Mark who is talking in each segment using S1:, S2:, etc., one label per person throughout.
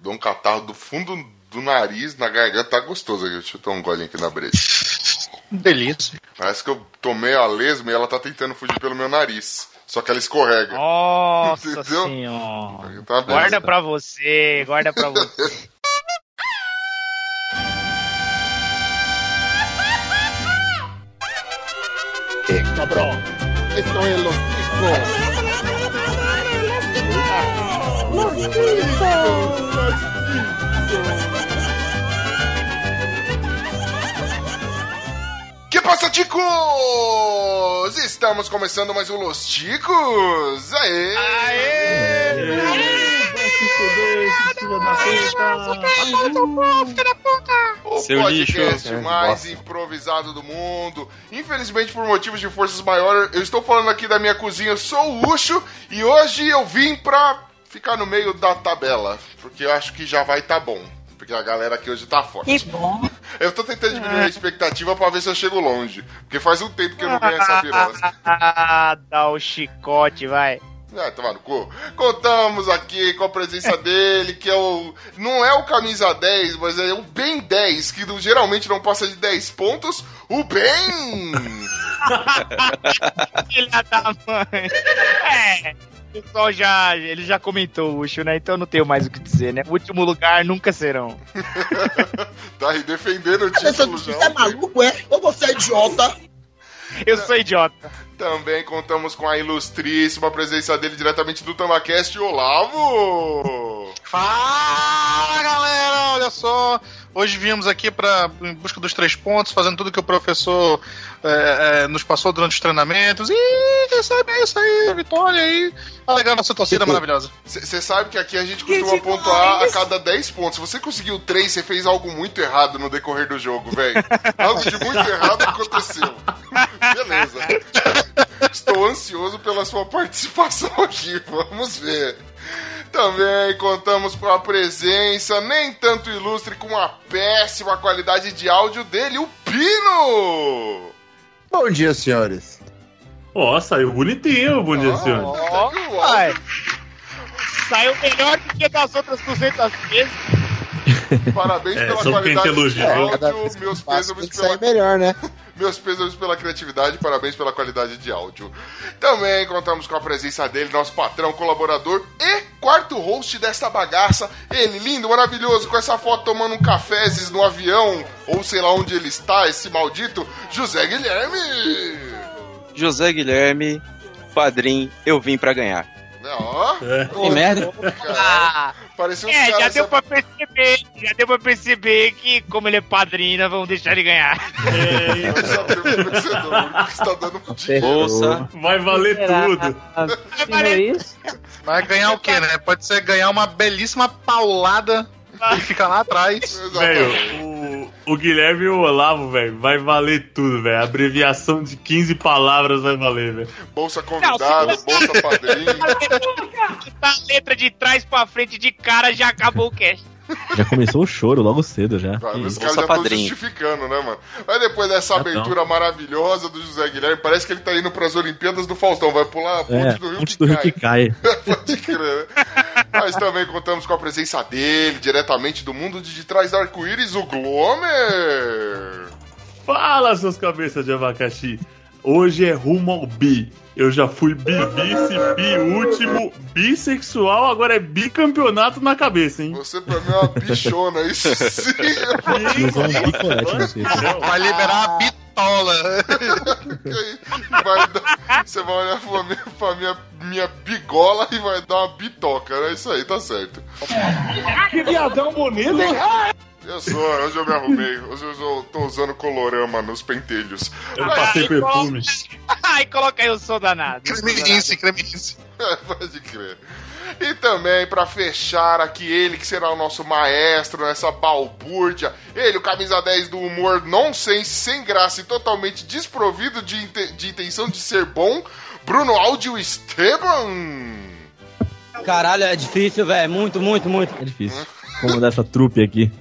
S1: dou um catarro do fundo do nariz na garganta. Tá gostoso aqui. Deixa eu tomar um golinho aqui na breja.
S2: Delícia.
S1: Parece que eu tomei a lesma e ela tá tentando fugir pelo meu nariz. Só que ela escorrega.
S2: Nossa
S1: Entendeu?
S2: senhora.
S1: Tá bem.
S2: Guarda pra você, guarda pra você.
S1: Que passa, ticos? Estamos começando mais um Los Ticos. Aê! O
S3: Seu
S1: podcast
S3: lixo.
S1: mais improvisado do mundo. Infelizmente, por motivos de forças maiores, eu estou falando aqui da minha cozinha. Eu sou o Ucho e hoje eu vim pra ficar no meio da tabela. Porque eu acho que já vai tá bom. Porque a galera aqui hoje tá forte.
S4: Que bom.
S1: Eu tô tentando
S3: É.
S1: diminuir a expectativa pra ver se eu chego longe. Porque faz um tempo que eu não ganho essa pirosa.
S2: Ah, dá o chicote, vai.
S1: Ah, tomar no cu. Contamos aqui com a presença dele, que é o. Não é o camisa 10, mas é o bem 10, que não- geralmente não passa de 10 pontos. O bem!
S2: Filha da mãe. É. O pessoal já, ele já comentou o Ucho, né? Então eu não tenho mais o que dizer, né? Último lugar nunca serão.
S1: tá aí defendendo o
S5: Você
S1: título já.
S5: você é maluco, é? Ou você é idiota?
S2: Eu sou idiota.
S1: Também contamos com a ilustríssima presença dele diretamente do Tamacast, Olavo!
S3: Fala galera, olha só. Hoje viemos aqui para em busca dos três pontos, fazendo tudo que o professor é, é, nos passou durante os treinamentos. E quem sabe é isso aí, vitória aí. Alegando a sua torcida maravilhosa.
S1: Você sabe que aqui a gente
S4: Que
S6: tipo,
S1: costuma
S6: é
S4: demais!
S1: pontuar a cada 10 pontos. Se você conseguiu 3, você fez algo muito errado no decorrer do jogo, velho. Algo de muito errado aconteceu. Beleza. Estou ansioso pela sua participação aqui. Vamos ver. Também contamos com a presença, nem tanto ilustre, com a péssima qualidade de áudio dele, o Pino!
S6: Bom dia, senhores.
S7: Ó, saiu bonitinho, bom dia,
S1: Ah,
S7: senhor.
S1: tá aqui o áudio.
S2: Vai. Saiu melhor do que das outras 200 vezes.
S1: Parabéns
S7: É,
S1: pela
S7: são
S1: qualidade
S7: quem te
S1: de
S7: elogiou.
S6: Cada
S1: áudio,
S6: vez que
S1: meus
S6: eu faço, tem
S1: pêsames
S6: que
S1: pela
S6: sair melhor, né?
S1: Meus pêsames pela criatividade, parabéns pela qualidade de áudio. Também contamos com a presença dele, nosso patrão, colaborador e quarto host dessa bagaça. Ele, lindo, maravilhoso, com essa foto tomando um cafezes no avião, ou sei lá onde ele está, esse maldito, José Guilherme.
S8: José Guilherme, padrinho, eu vim pra ganhar.
S1: Né, Ó,
S8: Que merda.
S1: cara,
S2: Ah,
S3: Então,
S1: parecia um uns
S2: é, já
S1: caras...
S2: deu pra perceber. Já deu pra perceber que, como ele é padrinho, nós vamos deixar ele ganhar.
S7: É,
S1: sabe? Já deu pro vencedor, porque está dando um tiro.
S8: Bolsa.
S7: vai valer tudo.
S4: isso?
S3: Vai ganhar o quê, né? Pode ser ganhar uma belíssima paulada e ficar lá atrás.
S1: Exatamente.
S7: Velho, o, o Guilherme e o Olavo, velho, vai valer tudo, velho. Abreviação de 15 palavras vai valer, velho.
S1: Bolsa
S2: Não,
S1: convidado,
S2: se
S1: bolsa padrinho.
S2: Da tá letra de trás pra frente de cara já acabou o cast.
S9: Já começou o choro logo cedo já.
S1: Vai,
S9: Que
S1: Os
S9: isso.
S1: caras
S8: Bolsa
S1: já estão
S8: padrinho.
S1: justificando, né, mano? Mas depois
S9: Tá
S1: dessa
S7: tão.
S1: abertura maravilhosa do José Guilherme, parece que ele tá indo pras Olimpíadas do Faustão. Vai pular a ponte
S9: É,
S1: do Rio que
S9: ponte do Rio
S1: cai.
S9: que cai.
S1: Pode crer, né? Mas também contamos com a presença dele, diretamente do mundo de trás do arco-íris, o Glomer.
S7: Fala, seus cabeças de abacaxi. Hoje é rumo ao bi. Eu já fui bi, vice, bi, último, bissexual, agora é bicampeonato na cabeça, hein?
S1: Você pra mim é uma bichona, isso sim.
S9: Eles vão picolete no
S7: Sim.
S9: peito.
S3: Vai liberar
S5: Ah.
S3: a bitola.
S1: Vai dar- Você vai olhar pra minha, pra minha, minha bigola e vai dar uma bitoca, né? Isso aí, tá certo.
S7: Que viadão bonito, hein?
S1: Eu sou, hoje eu me arrumei. Hoje eu sou- tô usando colorama nos pentelhos.
S7: Eu passei perfume.
S2: Ai, coloca aí o som danado.
S3: Cremense, cremense.
S1: Pode crer. E também, pra fechar aqui, ele que será o nosso maestro nessa balbúrdia. Ele, o camisa 10 do humor nonsense, sem graça e totalmente desprovido de, inte- de intenção de ser bom, Bruno Áudio Esteban.
S8: Caralho, é difícil, velho. Muito, muito, muito.
S9: É difícil. Comandar essa trupe aqui.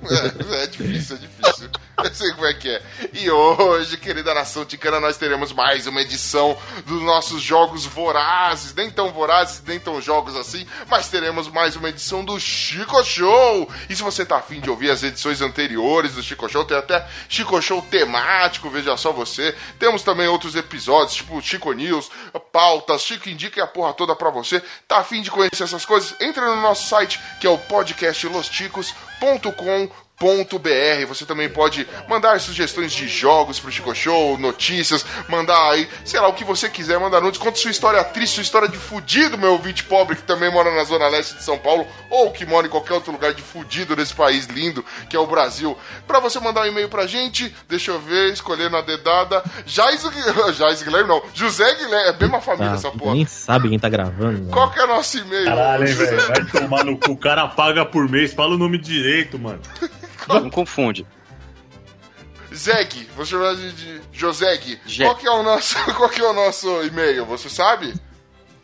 S1: É, é difícil, é difícil. Eu sei como é que é. E hoje, querida nação ticana, nós teremos mais uma edição dos nossos jogos vorazes. Nem tão vorazes, nem tão jogos assim, mas teremos mais uma edição do Chico Show. E se você tá afim de ouvir as edições anteriores do Chico Show, tem até Chico Show temático, veja só você. Temos também outros episódios, tipo Chico News, pautas, Chico Indica e a porra toda pra você. Tá afim de conhecer essas coisas? Entra no nosso site, que é o podcastlosticos.com www.chicoshowbr. Você também pode mandar sugestões de jogos pro Chico Show, notícias, mandar aí, sei lá, o que você quiser, mandar nudes. Conta sua história triste, sua história de fudido, meu ouvinte pobre que também mora na Zona Leste de São Paulo ou que mora em qualquer outro lugar de fudido nesse país lindo que é o Brasil. Pra você mandar um e-mail pra gente, deixa eu ver, escolher na dedada. Jais, Gui- Jais Guilherme, não. José Guilherme, é bem uma família
S9: Tá,
S1: essa porra.
S9: nem sabe quem tá gravando.
S1: Qual que é o nosso e-mail?
S7: Caralho, hein, velho. Vai tomar no cu. O cara paga por mês. Fala o nome direito, mano.
S8: Não confunde.
S1: Zeg, vou chamar de, de Joseg.
S8: Je-
S1: Qual que é o nosso, qual que é o nosso e-mail? Você sabe?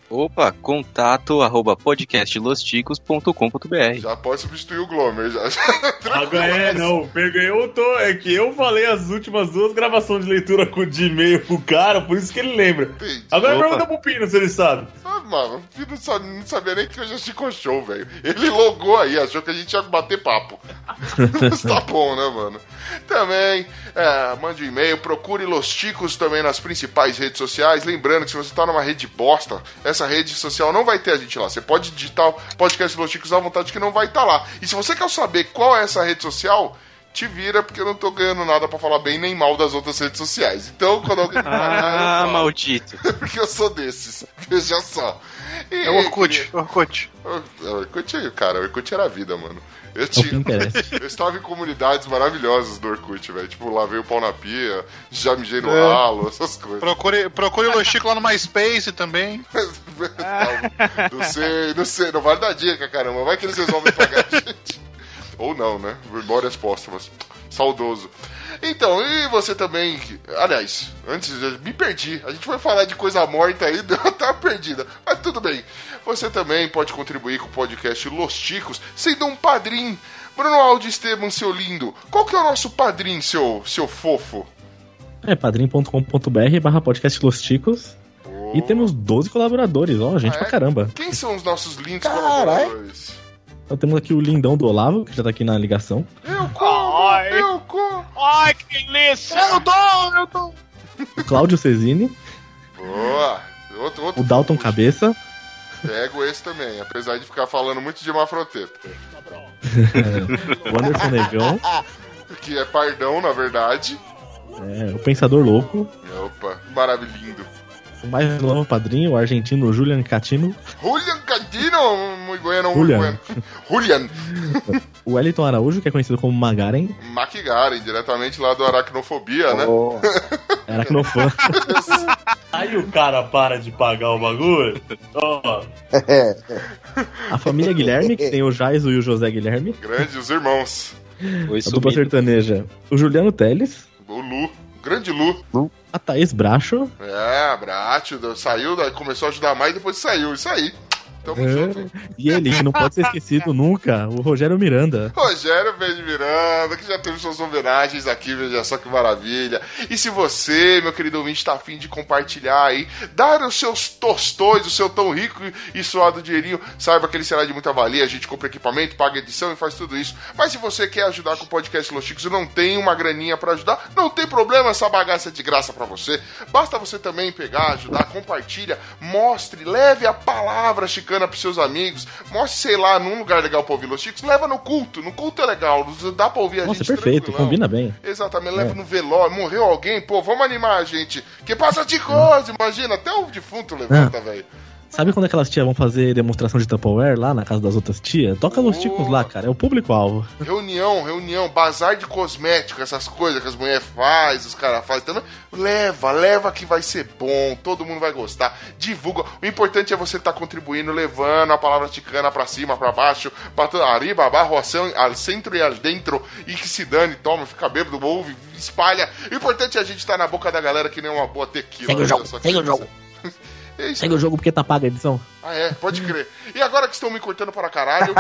S8: Opa, contato arroba podcastlosticos.com.br.
S1: Já pode substituir o Glomer. Já.
S7: Agora é, não. Peguei, eu tô. É que eu falei as últimas duas gravações de leitura com de e-mail pro cara, por isso que ele lembra.
S1: Entendi.
S7: Agora é
S8: Opa.
S7: pergunta pro Pino se ele sabe.
S1: Ah, mano, o Fih não sa- não sabia nem que eu já Chico Show, velho. Ele logou aí, achou que a gente ia bater papo. Mas tá bom, né, mano? Também, é, mande um e-mail, procure Los Chicos também nas principais redes sociais. Lembrando que se você tá numa rede bosta, essa rede social não vai ter a gente lá. Você pode digitar o podcast Los Chicos à vontade que não vai estar lá. E se você quer saber qual é essa rede social, te vira, porque eu não tô ganhando nada pra falar bem nem mal das outras redes sociais. Então, quando alguém.
S8: Ah,
S1: eu falo.
S8: maldito.
S1: Porque eu sou desses. Veja só. E, É,
S3: É o Orkut, Orkut.
S1: O Orkut, cara, o Orkut era a vida, mano. Eu,
S9: É o que
S1: tinha,
S9: interessa.
S1: eu estava em comunidades maravilhosas do Orkut, velho. Tipo, lavei o pau na pia, já mijei no
S3: É.
S1: ralo, essas coisas.
S3: Procure, procure o Lochico lá no MySpace também.
S1: não sei, não sei, não vale dar dica, caramba. Vai que eles resolvem pagar a gente. Ou não, né? Memórias póstumas. Saudoso. Então, e você também. Aliás, antes eu me perdi. A gente foi falar de coisa morta aí, deu tá perdida. Mas tudo bem. Você também pode contribuir com o podcast Los Ticos, sendo um padrinho. Bruno Aldo Esteban, seu lindo. Qual que é o nosso padrinho, seu, seu fofo?
S9: É padrim.com.br barra podcast Los Ticos. E temos 12 colaboradores, ó, gente
S1: Ah, é?
S9: pra caramba.
S1: Quem são os nossos lindos
S5: Carai.
S1: colaboradores?
S9: Então temos aqui o lindão do Olavo, que já tá aqui na ligação.
S1: Eu como!
S2: Ai.
S1: Eu como!
S2: Ai, que delícia!
S3: Eu dou, eu dou.
S9: O Cláudio Cesini,
S1: Boa! Outro, outro
S9: o Dalton
S1: fofo.
S9: Cabeça,
S1: Pego esse também, apesar de ficar falando muito de mafroteta.
S9: o Anderson Negão,
S1: Que é pardão, na verdade.
S9: é, o Pensador Louco,
S1: Opa, maravilhindo.
S9: o mais novo padrinho, o argentino Julian Catino,
S1: Julian Cadino, muito bueno, muito
S9: Julian.
S1: bueno. Julian
S9: o Wellington Araújo, que é conhecido como Magaren,
S1: Maquigaren, diretamente lá do Aracnofobia, né?
S9: Oh. aracnofã.
S7: Aí o cara para de pagar o bagulho. Ó,
S9: A família Guilherme, que tem o Jaiso e o José Guilherme.
S1: Grande, os irmãos.
S8: Oi,
S9: A dupla
S8: sumido.
S9: sertaneja, o Juliano Teles,
S1: O Lu, grande Lu.
S9: a Thaís Bracho,
S1: É, Bratio, saiu, daí começou a ajudar mais depois saiu, isso aí. Então, Tamo
S9: É.
S1: junto.
S9: e ele, que não pode ser esquecido nunca, o Rogério Miranda.
S1: Rogério Verde Miranda, que já teve suas homenagens aqui, veja só que maravilha. E se você, meu querido ouvinte, tá afim de compartilhar aí, dar os seus tostões, o seu tão rico e suado dinheirinho, saiba que ele será de muita valia. A gente compra equipamento, paga edição e faz tudo isso. Mas se você quer ajudar com o podcast Los Chicos e não tem uma graninha pra ajudar, não tem problema, essa bagaça é de graça pra você. Basta você também pegar, ajudar, compartilha, mostre, leve a palavra chicana pros seus amigos, mostre, sei lá, num lugar legal pra ouvir Los Chicos, leva no culto, no culto é legal, dá pra ouvir a
S9: Nossa,
S1: gente
S9: perfeito,
S1: tranquilão.
S9: combina bem.
S1: Exatamente, leva no velório, morreu alguém, pô, vamos animar a gente. Que passa de coisa, imagina, até o defunto levanta, velho.
S9: Sabe quando aquelas tias vão fazer demonstração de Tupperware lá na casa das outras tias? Toca os ticos lá, cara, é o público-alvo.
S1: Reunião, reunião, bazar de cosmético, essas coisas que as mulheres fazem, os caras fazem também. Leva, leva que vai ser bom, todo mundo vai gostar. Divulga. O importante é você estar contribuindo, levando a palavra ticana pra cima, pra baixo, pra to- arriba, abaixo, ação, al centro e al dentro. E que se dane, toma, fica bêbado, ouve, espalha. O importante é a gente estar na boca da galera que nem uma boa tequila.
S5: Segue o jogo,
S1: olha só que
S5: segue o
S1: coisa.
S5: jogo.
S1: É isso
S9: Segue o jogo porque tá paga a edição.
S1: ah, é, pode crer. E agora que estão me cortando para caralho,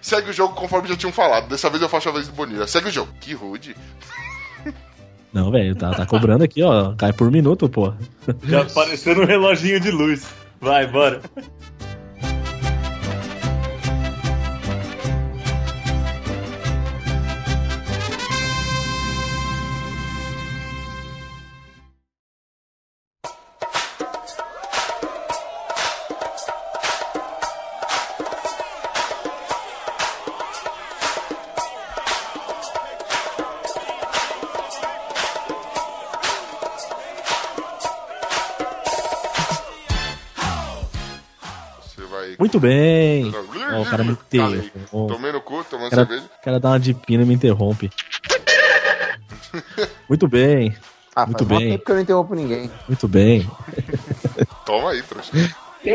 S1: segue o jogo conforme já tinham falado. Dessa vez eu faço a vez do Bonilha. Segue o jogo. Que rude.
S9: Não, velho, tá, tá cobrando aqui, ó. Cai por minuto, pô.
S7: Já aparecendo um reloginho de luz. Vai, bora.
S1: Você vai.
S9: Muito bem. Ó, o cara me
S1: Calei.
S9: interrompe.
S1: Tomei no cu, tomando
S9: Cara-
S1: cerveja.
S9: O cara dá uma de pina e me interrompe. Muito bem,
S4: Ah,
S9: Muito
S4: faz mó
S9: bem.
S4: tempo que eu não interrompo ninguém.
S9: muito bem.
S1: Toma aí, trouxa.
S9: É,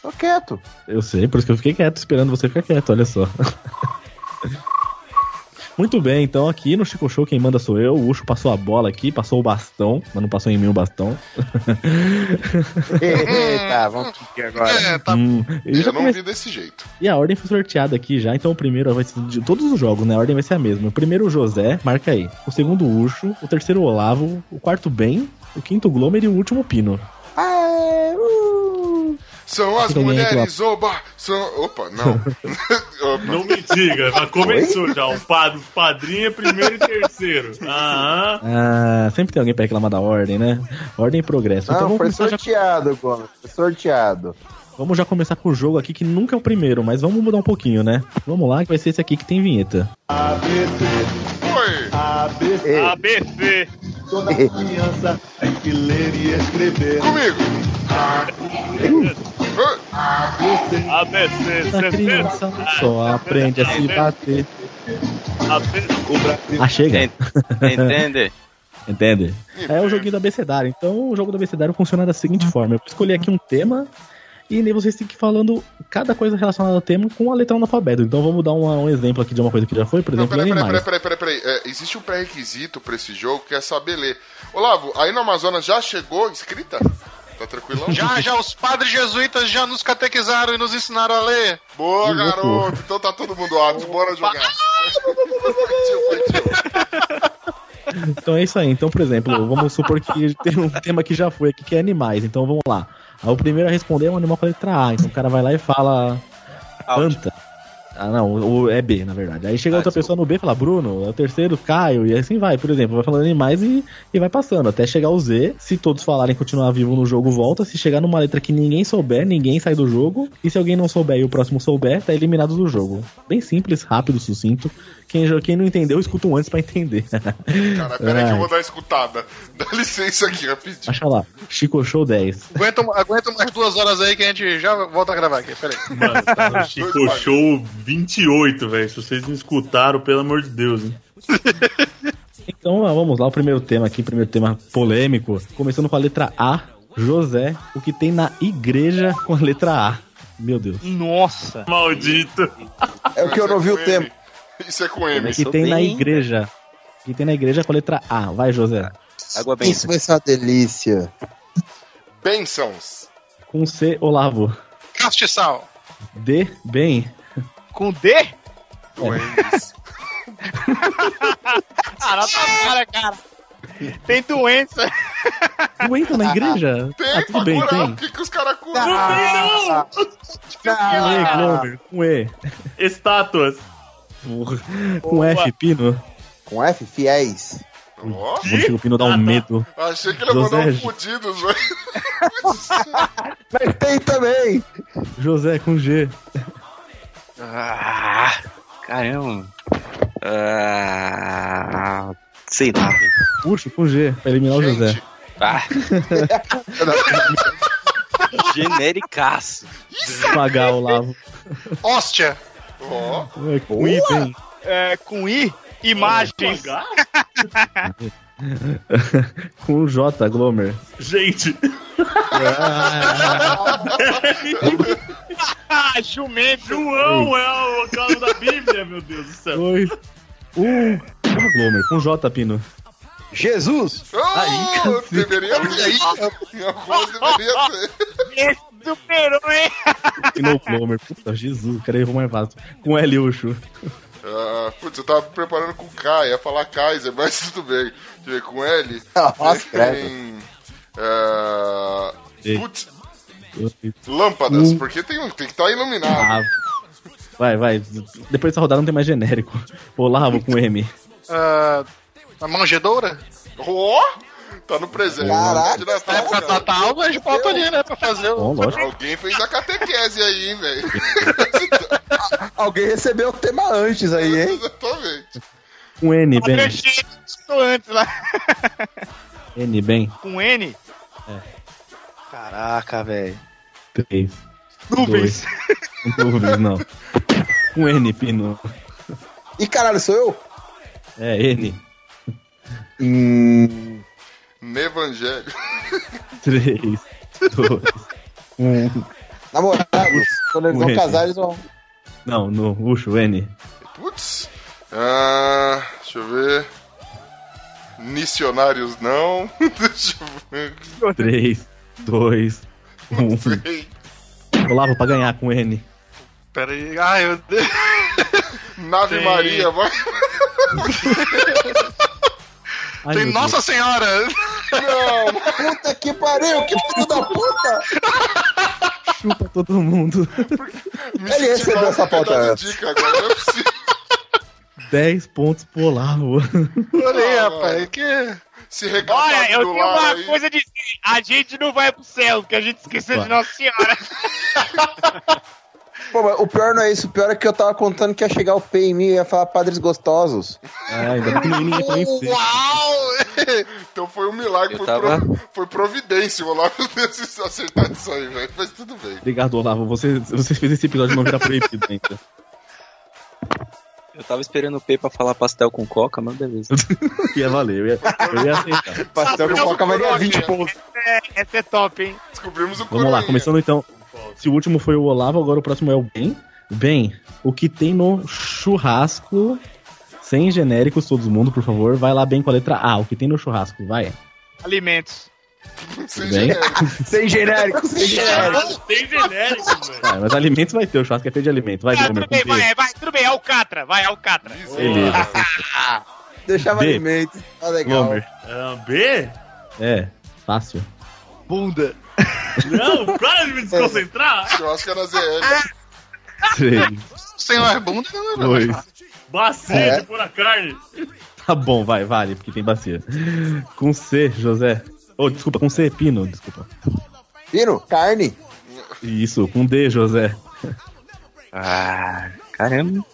S4: Tô quieto.
S9: eu sei, por isso que eu fiquei quieto, esperando você ficar quieto, olha só. Muito bem, então aqui no Chico Show quem manda sou eu. O Ucho passou a bola aqui, passou o bastão, mas não passou em mim o bastão.
S4: Eita, vamos seguir agora.
S3: É, tá
S9: Hum, eu já
S1: Eu não
S9: comecei
S1: vi desse jeito.
S9: E a ordem foi sorteada aqui já, então o primeiro vai ser de todos os jogos, né? A ordem vai ser a mesma. O primeiro o José, marca aí. O segundo o Urcho, o terceiro o Olavo, o quarto Ben, o quinto o Glomer e o último o Pino.
S4: Aê, uh.
S1: São as
S9: Fica bem,
S1: mulheres, oba! São. Opa, não. Opa.
S7: Não me diga, mas começou já. O padre, padrinho é primeiro e terceiro. Aham.
S9: Ah, sempre tem alguém pra reclamar da ordem, né? Ordem e progresso. então
S4: Não,
S9: vamos,
S4: foi
S9: começar já,
S4: sorteado, Gomes. Foi sorteado.
S9: vamos já começar com o jogo aqui, que nunca é o primeiro, mas vamos mudar um pouquinho, né? Vamos lá, que vai ser esse aqui que tem vinheta.
S1: Foi!
S4: Ei,
S2: ABC.
S1: Comigo! Ah,
S2: ABC.
S9: A criança só aprende a se bater. Ah, chega.
S8: Entende?
S9: Entende?
S1: Entendo.
S9: É o joguinho do abecedário. Então, o jogo do abecedário funciona da seguinte forma: eu escolhi aqui um tema e nem vocês têm que ir falando cada coisa relacionada ao tema com a letra no alfabeto. Então, vamos dar uma- um exemplo aqui de uma coisa que já foi, por
S1: Não,
S9: exemplo,
S1: peraí, peraí,
S9: animais.
S1: peraí, peraí, peraí, peraí. É, existe um pré-requisito pra esse jogo que é saber ler. Olavo, aí no Amazonas já chegou escrita? Tá tranquilão?
S3: Já, já, os padres jesuítas já nos catequizaram e nos ensinaram a ler.
S1: Boa,
S9: Ih, louco.
S1: garoto! Então tá todo mundo apto, bora jogar. Partiu, partiu.
S9: Então, é isso aí. Então, por exemplo, vamos supor que tem um tema que já foi aqui, que é animais. Então, vamos lá. Ah, O primeiro a responder é um animal com a letra A. Então, o cara vai lá e fala
S8: Out.
S9: anta. Ah, não, o é B, na verdade. Aí chega
S8: Ah,
S9: outra
S8: desculpa.
S9: pessoa no B e fala Bruno, é o terceiro, Caio, e assim vai, por exemplo, vai falando animais e, e vai passando, até chegar o Z. Se todos falarem continuar vivo no jogo, volta. Se chegar numa letra que ninguém souber, ninguém sai do jogo. E se alguém não souber e o próximo souber, tá eliminado do jogo. Bem simples, rápido, sucinto. Quem, jo- quem não entendeu, escuta um antes pra entender.
S1: Cara, peraí que eu
S9: Ai.
S1: vou dar uma escutada. Dá licença aqui, rapidinho.
S9: Acha lá, Chico Show 10.
S3: Aguenta, aguenta umas duas horas aí que a gente já volta a gravar aqui, peraí.
S7: Mano, tá no Chico Show 28, velho. Se vocês não escutaram, pelo amor de Deus. Hein?
S9: Então ah, vamos lá, o primeiro tema aqui, primeiro tema polêmico. Começando com a letra A, José, o que tem na igreja com a letra A. Meu Deus.
S2: Nossa.
S7: Maldito.
S4: é o que eu não vi
S1: Isso
S4: o
S1: é
S4: tempo.
S1: com M. Isso é com M.
S9: Que
S8: Começou
S9: tem na
S8: bem, hein?
S9: igreja. Que tem na igreja com a letra A. Vai, José.
S8: Água
S4: Isso
S8: benta.
S4: vai ser uma delícia.
S1: Bênçãos.
S9: Com C, Olavo.
S3: Castiçal.
S9: D, bem.
S2: Com D?
S1: Doentes.
S2: Ah, na tua
S3: É.
S2: cara, cara. Tem doença.
S9: Doença tá na igreja?
S1: Tem
S9: Ah,
S1: pra
S9: tudo bem,
S1: curar. O
S9: tem.
S1: que, que os caras curam?
S4: Ah,
S9: Com E,
S4: ah,
S9: Glover. Com E.
S7: Estátuas.
S9: Com F, Pino.
S4: com F, fiéis.
S1: Ó,
S9: O Chico Pino dá um medo.
S1: achei que ele ia
S9: José
S1: mandar um
S9: Ju-
S1: fudido, velho.
S4: Mas tem também.
S9: José, com G.
S8: Ah, caramba. Ah, sei lá. velho.
S9: Puxo, com G. Pra eliminar o José.
S1: Gente,
S8: Ah, genericaço.
S9: Pagar Olavo.
S3: Hóstia.
S1: ó,
S9: É, Com I, bem.
S2: É, com I, imagens.
S9: Com J, Glomer.
S7: Gente.
S2: Ah, jumento.
S7: João é o caso da Bíblia, meu Deus do céu.
S9: Dois. Um. Ah, Glomer. Com J, Pino.
S4: Jesus.
S1: Ah,
S9: cacete.
S1: deveria ter. Em algumas deveria ter.
S2: Esse superou, hein?
S9: Pino Glomer. Puta, Jesus. O cara errou mais fácil. Com L, Ucho.
S1: Ah, putz, eu tava preparando com K, ia falar Kaiser, mas tudo bem. Deixa eu ver, com L.
S4: Nossa, credo.
S1: tem. ah,
S9: Ei.
S1: putz, lâmpadas,
S2: Uh.
S1: porque tem, um- tem que estar iluminado.
S9: Ah, vai, vai. Depois dessa rodada não tem mais genérico. Olavo com M.
S3: Ah, a manjedoura?
S1: Ó! tá no presente. Tá
S4: Caraca,
S1: De
S3: Na
S1: Natal,
S3: época do
S1: cara.
S3: Natal, mas bota ali, né? Pra fazer o.
S9: Bom, lógico.
S1: Alguém fez a catequese aí, hein, velho.
S6: Alguém recebeu o tema antes aí, hein?
S1: Exatamente.
S9: Com N,
S2: Eu
S9: bem.
S2: achei isso Tá antes né? lá.
S9: N, bem.
S2: Com N? Caraca, velho.
S9: Três.
S2: Nuvens.
S9: dois. Nuvens, não. Com N, Pino.
S4: Ih, caralho, sou eu?
S9: É, N.
S6: Hum.
S1: Nevangelho.
S9: Três. Dois. Um.
S4: Namorados. Quando eles vão
S9: Ué.
S4: casar, eles vão.
S9: Não, no Ucho, N.
S1: Putz. Ah, deixa eu ver. Missionários não. deixa eu ver.
S9: Três. Dois. Um.
S1: Sei.
S9: Olavo pra ganhar com N.
S3: Pera aí. Ai, meu Deus.
S1: Nave
S3: Tem-
S1: Maria, vai.
S9: Ai,
S3: Tem
S9: meu
S3: Nossa Senhora!
S1: Não,
S4: Puta que pariu, que filho da puta!
S9: Deus, chupa todo mundo.
S1: me
S4: Ele
S1: senti
S4: recebeu
S1: mal
S4: essa
S1: por ter
S4: pauta
S1: dado
S4: antes.
S1: dica agora. Não é possível.
S9: Dez pontos pro Olavo.
S3: Olha aí,
S1: Ah,
S3: rapaz. Que...
S1: Se recapar
S2: Olha, eu
S1: do
S2: tenho
S1: lar
S2: uma
S1: Tá aí.
S2: coisa a dizer. A gente não vai pro céu, porque a gente esqueceu de
S9: Vai.
S2: Nossa Senhora.
S4: Pô, mas o pior não é isso, o pior é que eu tava contando que ia chegar o P em mim e ia falar padres gostosos.
S9: Ah, ainda bem que ninguém conheceu.
S3: Uau!
S1: Então foi um milagre,
S8: Eu
S1: foi,
S8: tava-
S1: pro- foi providência o Olavo ter se acertado isso aí, velho. Mas tudo bem.
S9: Obrigado, Olavo. Você, você fez esse episódio não virar proibido ainda.
S8: Eu tava esperando o P pra falar pastel com coca, mas beleza.
S9: Ia valer, eu ia, eu ia aceitar.
S4: Pastel com
S1: Deus,
S4: coca vai ganhar
S1: coroa,
S4: 20
S1: cara.
S4: pontos.
S2: Essa é top, hein?
S1: né? Descobrimos o
S9: Vamos lá,
S1: coroinha.
S9: começando então. Se o último foi o Olavo, agora o próximo é o Ben. Ben, o que tem no churrasco? Sem genéricos, todo mundo, por favor. Vai lá, Ben, com a letra A. O que tem no churrasco? Vai.
S2: Alimentos.
S1: Sem
S9: bem?
S1: genérico.
S4: Sem genérico, sem genérico.
S7: Tem genérico, velho.
S9: Vai, mas alimentos vai ter, o churrasco é feito de alimento. Vai,
S2: Tá, tudo
S9: Gomer, com B.
S2: bem, vai, vai, tudo bem. é Alcatra, vai, Alcatra.
S1: Isso,
S9: Beleza.
S1: cara.
S4: Deixava
S9: B.
S4: alimento. Tá legal.
S9: Gomer.
S7: Ah, B?
S9: É, fácil.
S2: Bunda.
S7: Não, para de me desconcentrar.
S1: Eu acho que era ZL.
S9: Três,
S3: Senhor Bunda não é
S9: dois.
S7: Bacia
S4: É.
S7: de pôr a carne.
S9: Tá bom, vai, vale, porque tem bacia. Com C, José. Oh, desculpa, com C, Pino, desculpa.
S4: Pino, carne.
S9: Isso, com D, José.
S8: Ah, caramba.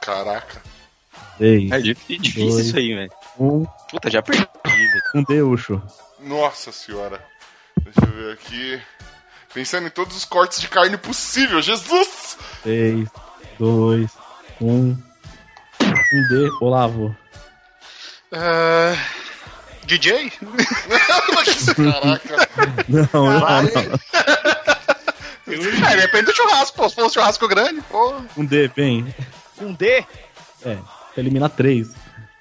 S1: Caraca.
S9: 3,
S8: É difícil, difícil isso aí, velho.
S4: É.
S9: 1,
S8: Puta, já perdi, velho.
S9: com D, Ucho.
S1: Nossa senhora. Deixa eu ver aqui. Pensando em todos os cortes de carne possível. Jesus!
S9: 3, 2, 1. Com D, Olavo.
S3: Ah, DJ?
S1: Caraca.
S9: Não, não,
S4: Caralho.
S9: não.
S3: É, depende do churrasco, pô. Se for um churrasco grande, pô.
S9: Com D, bem.
S2: Com D?
S9: É, eliminar 3.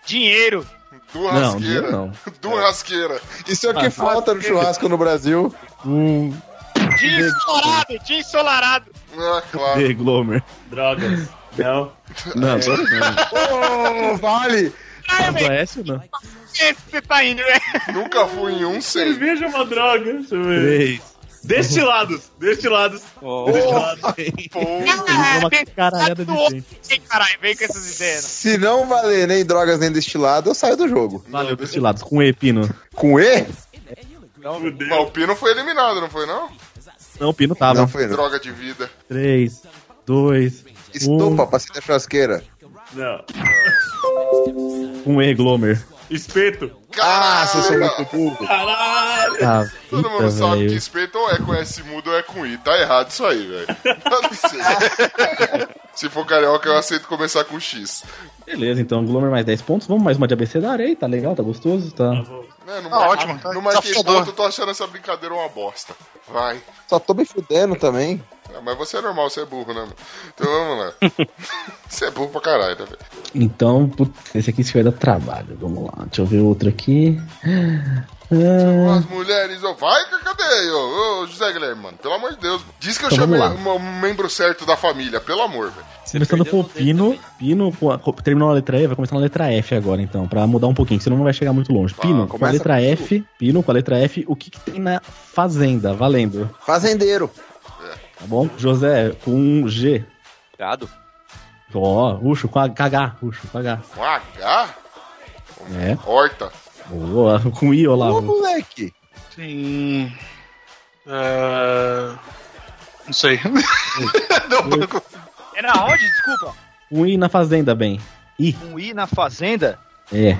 S2: Dinheiro.
S1: Do
S9: Não, D
S1: rasqueira.
S9: não.
S1: Do rasqueira.
S4: Isso é o que falta no churrasco no Brasil.
S9: 1,
S2: Dia ensolarado, dia ensolarado.
S1: Ah, claro.
S9: D, Glomer.
S7: Drogas. Não.
S9: Não, tô não.
S4: Ô, vale!
S2: Ai,
S9: Do
S2: velho,
S9: Aécio, não.
S2: esse você tá indo, velho.
S1: Nunca fui em um sem.
S7: Cerveja é uma droga. Deixa eu ver.
S9: 3.
S7: Destilados. Destilados.
S8: Oh,
S7: Destilados.
S1: Pô,
S9: uma
S2: tem-
S9: caralhada de
S2: tá do
S9: gente.
S2: outro, hein, Caralho, vem com essas ideias.
S4: Se não valer nem drogas nem destilado, eu saio do jogo.
S9: Valeu, destilados. Com E, Pino.
S4: Com E?
S1: mas
S7: Fudeu.
S1: o Pino foi eliminado, não foi não?
S9: Ah, Não, Pino tava.
S4: Não foi, não.
S1: Droga de vida.
S9: 3, 2, um.
S4: Estufa, passei da churrasqueira.
S7: Não.
S9: com Um E, Glomer.
S7: Espeto.
S4: Ah, se eu sou
S1: Caraca.
S4: muito burro.
S7: Caralho.
S9: Ah,
S1: Todo mundo
S9: puta,
S1: sabe
S9: velho.
S1: que espeto ou é com S mudo ou é com I. Tá errado isso aí, velho. Dá licença. Se for carioca, eu aceito começar com X.
S9: Beleza, então Glomer mais 10 pontos. Vamos mais uma de abecedário aí, tá legal, tá gostoso, tá.
S1: Né, não
S3: Ah,
S1: mar-
S3: ótimo, tá-
S1: Não marquei
S3: tá
S1: ponto, eu tô achando essa brincadeira uma bosta. Vai.
S4: Só tô me fudendo também.
S1: Ah, mas você é normal, você é burro, né, mano? Então vamos lá. você é burro pra caralho, né, velho?
S9: Então, putz, esse aqui se vai dar trabalho. Vamos lá, deixa eu ver outro aqui.
S1: As mulheres, ô, vai, cadê? Ô, ô, José Guilherme, mano, pelo amor de Deus. Mano. Diz que eu
S9: Então,
S1: chamei
S9: vamos
S1: um, um membro certo da família, pelo amor, velho.
S9: Começando por Pino, Pino com a- com- terminou na letra E, vai começar na letra F agora então, pra mudar um pouquinho, que senão não vai chegar muito
S1: Ah,
S9: longe. Pino, com a
S4: começa
S9: letra
S4: comigo.
S9: F, Pino com a letra F, o que, que tem na fazenda? Valendo,
S4: Fazendeiro.
S9: tá bom? José com um G.
S8: Gado.
S9: Ó, Ucho, com a com H, Ucho, com H.
S1: Com H?
S9: É,
S1: Horta.
S9: boa, com I,
S4: Ô,
S9: Olavo.
S4: moleque.
S3: Tem. ah, Não sei. Não,
S2: Era É onde? Desculpa.
S9: Um I na fazenda, bem.
S2: Um I na fazenda?
S9: É.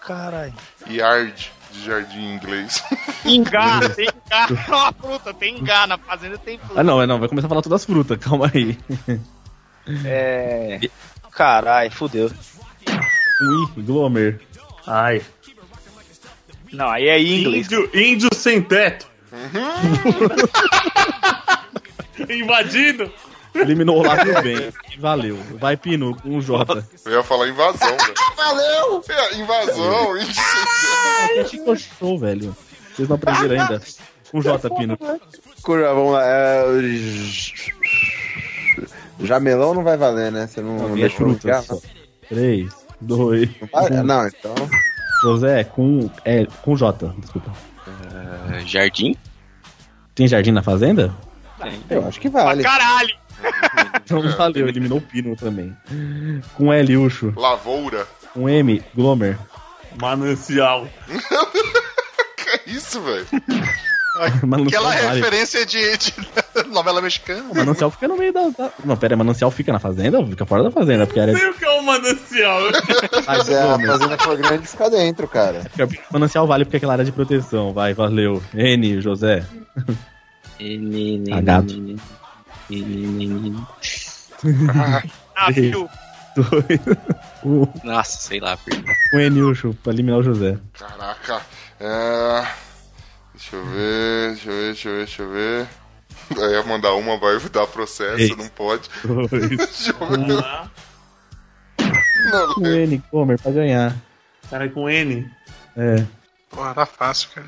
S2: Caralho.
S1: Yard, de jardim em inglês.
S2: Ingá, tem ingá. É uma fruta, tem ingá. Na fazenda tem
S9: Ah,
S2: fruta.
S9: não, é não, vai começar a falar todas as frutas, calma aí.
S2: É. Caralho, fudeu.
S9: Um I, Glomer.
S7: Ai.
S2: Não, aí é em inglês.
S7: Índio, índio sem teto. Uhum. Invadido.
S9: Eliminou o Olavo bem. Valeu. Vai, Pino, com um J.
S1: Eu ia falar invasão, velho.
S5: Valeu!
S1: É, invasão, indecência.
S9: Ficou show, velho. Vocês não aprenderam ainda. Um J, Pino.
S4: Curva, vamos lá. É, o j- Jamelão não vai valer, né? Você não, não
S9: Minha
S4: deixou no
S9: é fruta.
S4: carro.
S3: né?
S9: 3, 2,
S4: Não, vai- não, então.
S9: José, com. É, com J, desculpa.
S8: Ah, Jardim.
S9: Tem jardim na fazenda?
S4: Eu acho que
S2: Pra
S4: vale.
S2: caralho.
S9: Então valeu, eliminou o Pino também. Com L, Ucho.
S1: Lavoura.
S9: Com M, Glomer.
S7: Manancial.
S1: Que É isso, velho?
S9: Manancial
S3: Aquela
S9: vale.
S3: é referência de, de novela mexicana.
S9: Manancial fica no meio da. da- Não, pera, manancial fica na fazenda? Fica fora da fazenda, porque era.
S7: Sei o que é um manancial.
S4: Mas é, a fazenda foi grande fica dentro, cara.
S9: Manancial vale porque é aquela área de proteção. Vai, valeu. N, José. Agado.
S2: tá, Navio.
S9: Dois. Um.
S8: Nossa, sei lá. perdi.
S9: Com Enilcho, pra eliminar o José.
S1: Caraca. É, Deixa eu ver, deixa eu ver, deixa eu ver, deixa eu ver. Eu ia mandar uma, vai dar processo,
S9: Ei.
S1: não pode.
S9: Dois.
S1: Deixa eu ver.
S7: Vamos lá.
S1: Não,
S9: Com N, Comer, pra ganhar.
S7: Cara com N.
S9: É.
S3: Pô, era fácil, cara.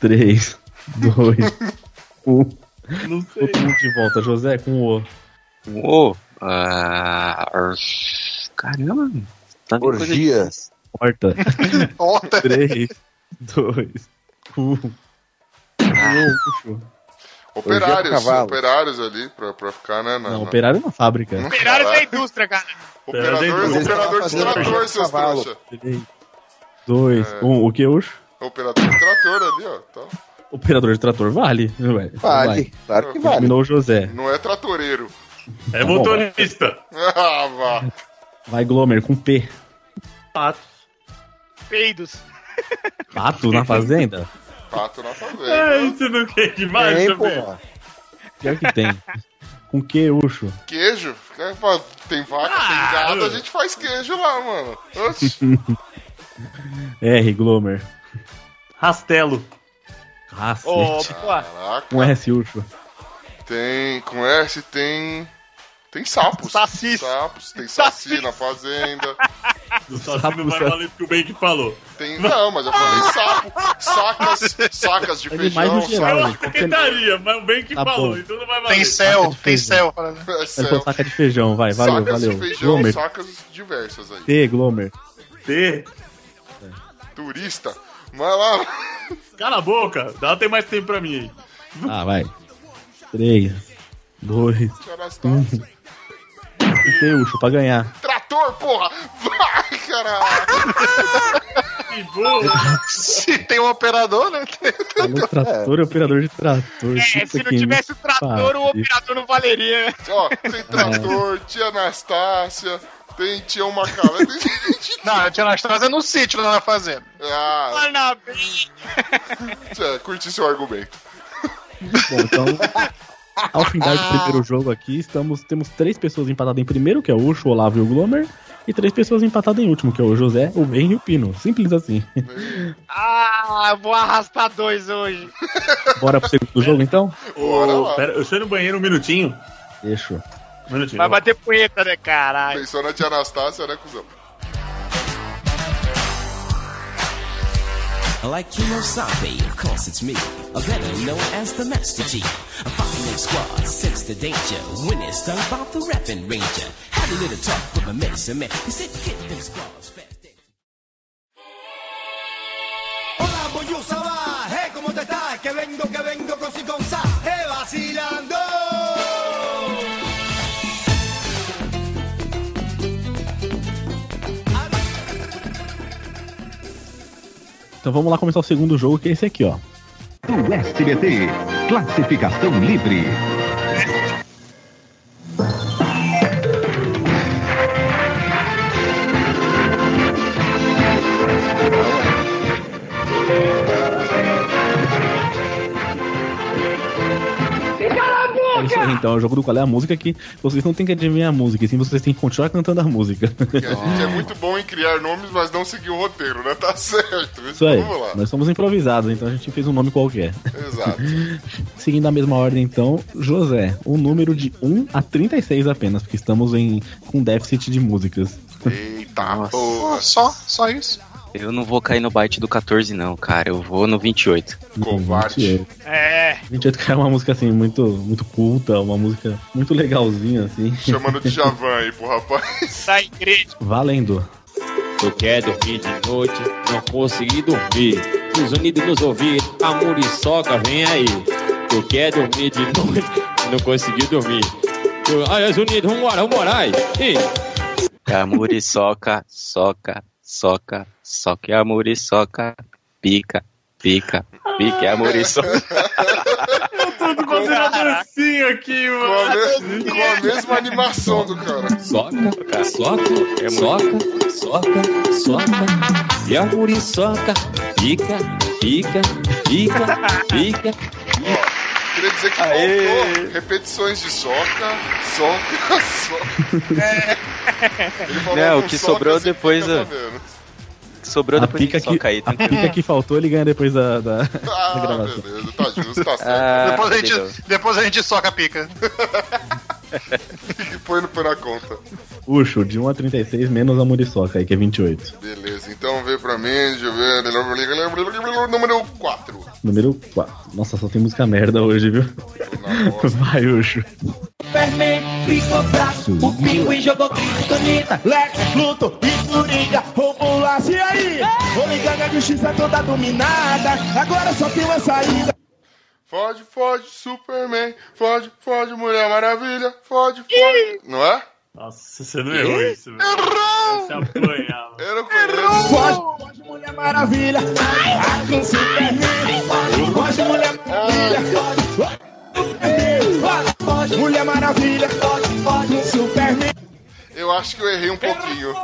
S9: Três, dois, um.
S7: Não sei.
S9: Todo mundo de volta. José com O.
S8: Uou. Ah, ars- caramba. Tá vendo coisa de-
S4: Orgias.
S9: Porta.
S3: Horta.
S9: Três, dois, um. Não,
S1: operários,
S4: cavalo.
S1: operários ali, pra, pra ficar, né? na-
S9: não,
S1: na-
S9: operário é uma fábrica.
S1: Hum?
S2: Operário da indústria, cara.
S1: Operador, operador de
S7: Vocês
S4: estavam fazendo
S1: trator,
S4: projeto
S1: seus
S4: cavalo.
S1: trouxa.
S9: Três, dois, um. O que, Ucho?
S1: Operador de trator ali, ó. tá.
S9: Operador de trator vale. Ué, então
S4: Vale.
S9: vai.
S4: Claro que vale.
S9: Eliminou o José.
S1: Não é tratoreiro.
S7: É motorista.
S1: Ah, vá.
S9: Vai, Glomer, com P.
S7: Patos.
S2: Peidos.
S9: Pato na fazenda?
S1: Pato na fazenda.
S7: É, isso não quer demais
S4: Tem,
S7: também.
S4: porra.
S9: Pior que tem. Com que, Ucho?
S1: Queijo. fica- pô, Tem vaca,
S7: Ah,
S1: tem gado,
S7: eu-
S1: a gente faz queijo lá, mano. Oxi.
S9: R, Glomer.
S7: Rastelo.
S9: Cacete.
S2: Ô, pô,
S1: Caraca.
S9: Com S, Ucho.
S1: Tem. Com S tem. Tem sapos.
S2: Saci.
S1: Sapos, tem saci na fazenda.
S7: Só
S9: Sabe
S7: sabe
S9: o
S7: não vai
S9: céu.
S7: valer porque o Bank falou.
S1: Tem. Não, mas eu falei sapo. Sacas, sacas de
S9: Animais no
S1: feijão, sacas
S9: geral, né?
S1: de
S2: tá
S7: Secretaria, mas o Bank
S9: Tá
S7: falou,
S9: bom.
S7: então não vai valer.
S3: Tem céu,
S9: Saca de
S3: tem
S9: feijão.
S3: céu.
S1: é,
S9: Vai pôr
S1: céu.
S9: saca de feijão, vai, valeu,
S1: sacas
S9: valeu.
S1: de feijão
S9: Glomer,
S1: sacas diversas aí.
S9: T, Glomer.
S7: T.
S1: Turista. Vai lá.
S7: Cala a boca, dá tem mais tempo pra mim aí.
S9: Ah, vai. Três, dois,
S1: Caralho,
S9: Uhum.
S1: tá-
S9: um T, Ucho, pra ganhar.
S1: Trator, porra! Vai, caralho!
S7: Que boa!
S3: Se tem um operador, né?
S9: Falou trator e operador de trator.
S2: é,
S9: Puta
S2: se não
S7: né?
S9: que
S2: tivesse o trator, o
S9: pariu.
S2: operador não valeria. né?
S1: Ó,
S8: É.
S1: tem trator, tia Anastácia, tem tia Macalé, tem gente.
S3: Não, a Tia Anastasia é no sítio, lá na fazenda.
S1: Ah,
S2: Parabéns.
S1: é, curti seu argumento.
S9: Bom, então, ao findar do primeiro jogo aqui, estamos, temos três pessoas empatadas em primeiro, que é o Ucho, o Olavo e o Glomer. E três pessoas empatadas em último, que é o José, o Ben e o Pino. Simples assim.
S2: Ah, eu vou arrastar dois hoje.
S9: Bora pro segundo jogo, então?
S1: Bora lá.
S7: Pera, eu saio no banheiro um minutinho.
S9: Deixa.
S7: Um minutinho.
S2: Vai bater punheta, né, caralho?
S1: Pensou na tia Anastácia, né, cuzão?
S10: Like you know Sabe, of course it's me. A better known as the Master G. A fucking squad, sense the danger. When it's done by the rapping ranger. Had a little talk with my medicine man. He said, get them squads fast.
S11: Hola, Boyusaba, hey, ¿cómo te estás? Que vengo, que vengo, con si con sa, eh, vacilando.
S9: Então vamos lá começar o segundo jogo, que é esse aqui, ó.
S12: O SBT, classificação livre.
S9: É isso aí, então, é o jogo do qual é a música que vocês não têm que adivinhar a música, e sim vocês têm que continuar cantando a música.
S1: Que a gente é muito bom em criar nomes, mas não seguir o roteiro, né? Tá certo.
S9: Isso aí.
S1: Vamos lá.
S9: Nós somos improvisados, então a gente fez um nome qualquer.
S1: Exato.
S9: Seguindo a mesma ordem, então, José, o número de 1 a 36 apenas, porque estamos em com déficit de músicas.
S1: Eita,
S3: Só, só isso.
S8: Eu não vou cair no byte do 14, não, cara. Eu vou no 28.
S1: Covarde.
S2: É.
S9: 28 que é uma música assim muito, muito culta, uma música muito legalzinha assim.
S1: Chamando de Javan aí pro rapaz.
S2: Sai, tá igreja.
S9: Valendo.
S13: Eu quero dormir de noite, não consegui dormir. Os unidos nos ouvir, a muriçoca vem aí. Eu quero dormir de noite, não consegui dormir. Eu, ai, os unidos, vambora, vambora, ai. Ih.
S8: Amuri, É soca, soca, soca, soca, amuri, soca, pica, pica, pica, amuri, soca.
S7: Eu tô fazendo a dancinha aqui,
S1: Com a,
S7: mano.
S1: me- com a mesma animação do cara.
S13: Soca, soca, soca, soca, soca. E a muriçoca fica, fica, fica, fica.
S1: Queria dizer que faltou repetições de soca, soca, soca. Ele falou
S8: Não, o
S1: com
S8: que
S1: soca,
S8: sobrou
S1: assim,
S8: depois, é.
S1: fica
S8: ó.
S1: sabendo.
S8: Sobrou
S9: A
S8: depois
S9: pica,
S8: de
S9: que,
S8: soca aí,
S9: a pica que faltou ele ganha depois da, da, da
S1: Ah,
S9: gravação.
S1: beleza, tá justo, tá certo.
S8: Ah,
S3: Depois, a
S8: entendeu?
S3: gente, depois a gente soca a pica.
S9: É.
S1: E põe no põe na conta.
S9: Puxo, de 1 a 36 menos a muriçoca aí, que é 28.
S1: Beleza, então vê pra mim, deixa eu ver. Número 4.
S9: Número 4. Nossa, só tem música merda hoje, viu? Vai, Ucho.
S11: Superman, picotaço, o pinguim jogou criptonita, Lex, Pluto e Coringa, Romulus, e aí? Oligando a justiça toda dominada, agora só tem uma saída.
S1: Fode, fode, Superman. Fode, fode, Mulher Maravilha. Fode, fode. Não é?
S7: Nossa, você não errou isso, velho. Você apanhava.
S1: Eu não conheço.
S11: Foge, foge, Mulher Maravilha, com Superman, foge, Mulher Maravilha, foge, foge, foge, Mulher Maravilha, foge, foge, Superman.
S1: Eu acho que eu errei um pouquinho.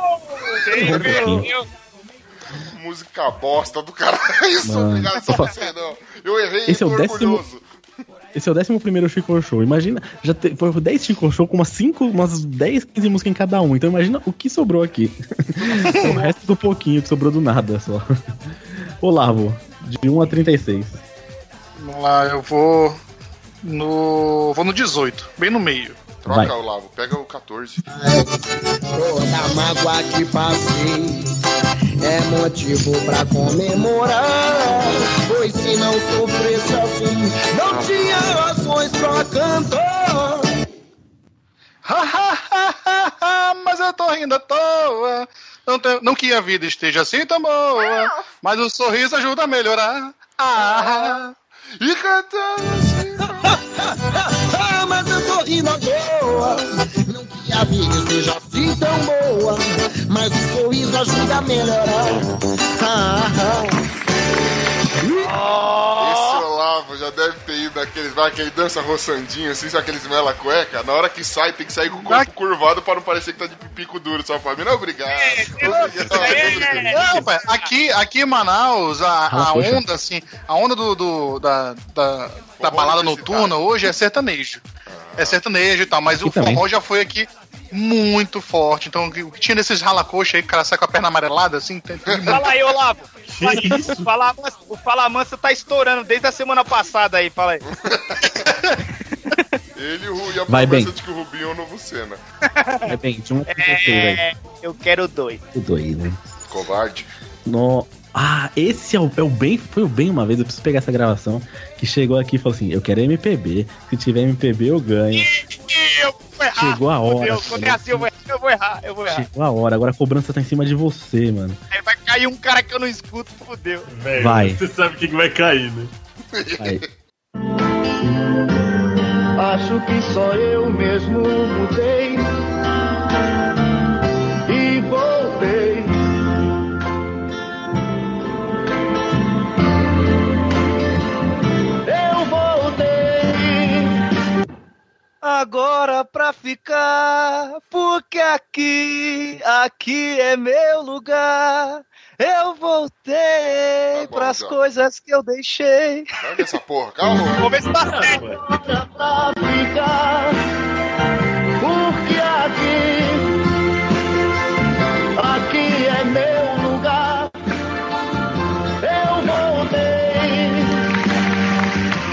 S1: Música bosta do cara. Isso,
S9: Mano.
S1: obrigado, só você não. Eu errei
S9: Esse
S1: tô
S9: é o décimo-
S1: orgulhoso.
S9: Esse é o 11 Chico Show. Imagina, já te, foi 10 Chico Show com umas 5, umas 10, 15 músicas em cada um. Então imagina o que sobrou aqui. o resto do pouquinho que sobrou do nada só. Olavo, de 1 a 36.
S3: Vamos lá, eu vou no. Vou no 18, bem no meio.
S1: Troca
S9: Vai.
S1: o Lavo, pega o 14.
S5: Toda a mágoa que passei é motivo pra comemorar. Pois se não sofresse assim, não tinha razões pra cantar.
S3: Ha, ha, ha, ha, ha, mas eu tô rindo à toa. Não, tenho- não que a vida esteja assim tão boa, mas o sorriso ajuda a melhorar. Ah,
S1: E cantando assim.
S5: Ah, mas eu tô rindo à toa. Não que a vida esteja assim tão boa, mas o sorriso ajuda a melhorar. Ah, ah.
S1: Esse Olavo já deve ter ido daqueles. Vai, aquele dança roçandinho, assim, sabe aqueles mela cueca. Na hora que sai, tem que sair com o corpo curvado pra não parecer que tá de pico duro só pra mim. Não, obrigado. Obrigado.
S3: né?
S2: é,
S3: Não, pai, aqui, aqui em Manaus, a, a
S9: Ah, poxa.
S3: onda, assim, a onda do, do- da, da, da balada noturna hoje é sertanejo. É sertanejo e tal, mas o
S9: Aqui também.
S3: forró já foi aqui muito forte. Então, o que tinha nesses ralacoxa aí, que o cara sai com a perna amarelada, assim, tem, tem muito.
S2: Fala aí, Olavo.
S7: Que isso?
S2: O Fala Mansa- O Fala Mansa tá estourando desde a semana passada aí, fala aí.
S1: Ele e o- e a
S9: Vai
S1: promessa
S9: bem.
S1: de que o Rubinho é o novo Senna.
S9: É bem, de 1 a 36 aí.
S2: É, eu quero dois.
S9: Tudo aí, né?
S1: Covarde.
S9: No, Ah, esse é o, é o bem. Foi o bem uma vez, eu preciso pegar essa gravação. Que chegou aqui e falou assim: Eu quero MPB. Se tiver MPB, eu ganho.
S2: Eu vou errar.
S9: Chegou a hora,
S2: Deus, quando é
S9: cara.
S2: assim, eu vou, eu vou errar, eu vou errar.
S9: Chegou a hora, agora a cobrança tá em cima de você, mano.
S2: Aí vai cair um cara que eu não escuto, fudeu.
S7: Velho,
S9: Vai.
S7: Você sabe o que que vai cair, né?
S9: Vai.
S8: Acho que só eu mesmo mudei e voltei. Eu voltei agora pra ficar, porque aqui, aqui é meu lugar. Eu voltei
S1: bom,
S8: pras
S1: já.
S8: coisas que eu deixei.
S1: Larga essa porra, calma.
S2: Começo da
S8: pra ficar. Porque aqui, aqui é meu lugar. Eu voltei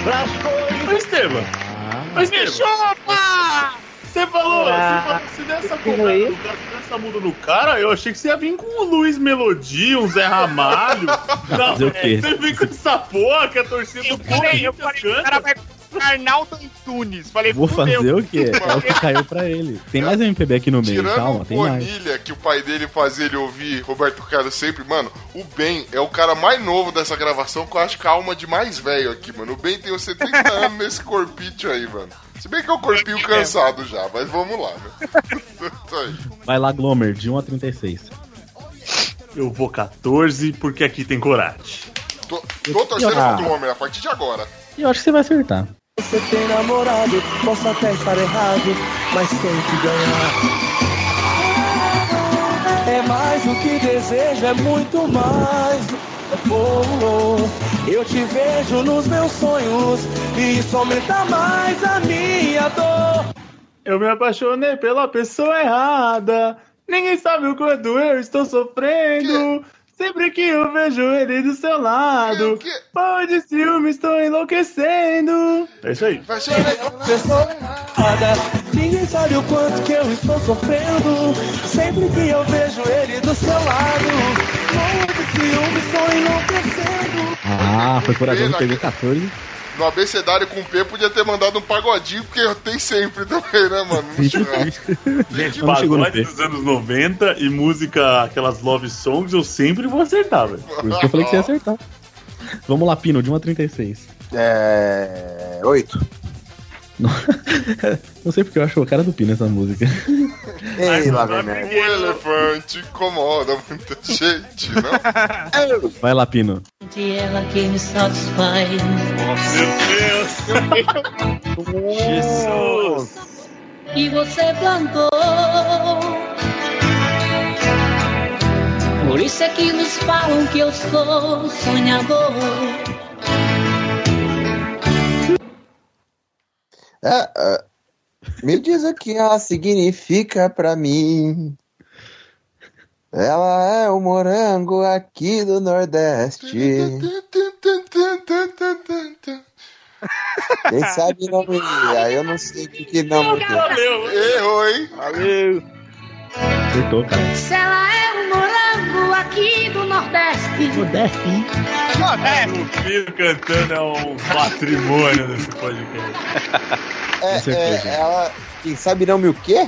S8: pras coisas.
S7: Ô, Estevam.
S9: Ah.
S7: Mas me
S8: chupa!
S7: Você falou, você
S8: Ah,
S7: falou, se dessa
S8: que
S7: porra,
S8: ruim.
S7: se dessa muda no cara, eu achei que você ia vir com o Luiz Melodia, um Zé Ramalho. Não,
S9: fazer o quê?
S7: você vem com essa porra que a torcida do
S2: falei, eu
S7: Corinthians
S2: falei,
S7: canta.
S2: o cara vai com Arnaldo Antunes. Falei,
S9: Vou
S2: fudeu.
S9: fazer o quê? É o que caiu pra ele. Tem mais MPB aqui no meio,
S1: Tirando um
S9: calma,
S1: o
S9: tem mais.
S1: Bonilha, que o pai dele fazia ele ouvir Roberto Carlos sempre, mano, o Ben é o cara mais novo dessa gravação, que eu acho que é a alma de mais velho aqui, mano. O Ben tem uns 70 anos nesse corpinho aí, mano. Se bem que é um corpinho cansado já, mas vamos lá, né? Isso aí.
S9: Vai lá, Glomer, de 1 a 36.
S7: Eu vou 14 porque aqui tem coragem.
S1: Tô, tô torcendo
S9: Ah.
S1: pro Glomer a partir de agora.
S9: E eu acho que você vai acertar.
S8: Você tem namorado, posso até estar errado, mas tem que ganhar. É mais do que desejo, é muito mais. Oh, oh. Eu te vejo nos meus sonhos e isso aumenta mais a minha dor.
S7: Eu me apaixonei pela pessoa errada. Ninguém sabe o quanto eu estou sofrendo.
S1: é?
S7: Sempre que eu vejo ele do seu lado, pão de ciúme, estou enlouquecendo. É isso aí.
S1: Vai ser
S8: Pessoa errada, ninguém sabe o quanto que eu estou sofrendo. Sempre que eu vejo ele do seu lado, morro de ciúme, estou enlouquecendo.
S9: Ah, foi corajoso, pegou 14.
S1: No abecedário com P podia ter mandado um pagodinho, porque tem sempre também, né, mano? No churrasco.
S7: Gente,
S9: não chegou no
S7: pagode dos anos 90 e música, aquelas love songs, eu sempre vou acertar, velho.
S9: Por isso que eu falei que você ia acertar. Vamos lá, Pino, de 1 a 36.
S14: É. 8.
S9: Não sei porque eu acho o cara do Pino essa música.
S14: Ei, lá vem merda.
S1: O elefante incomoda muita gente, não?
S9: Vai lá, Pino.
S15: De ela que me satisfaz.
S7: Meu Deus! Jesus!
S15: E você plantou. Por isso é que nos falam que eu sou sonhador.
S4: É, é, me diz o que ela significa pra mim. Ela é o morango aqui do Nordeste. Quem sabe não me. Aí eu não sei o que que não me deu.
S1: Errou, hein?
S4: Valeu.
S9: Acertou, cara.
S15: Se ela é um morango aqui do Nordeste.
S7: O Pino cantando é um patrimônio desse podcast.
S4: É, é, ela. Quem sabe não me o quê?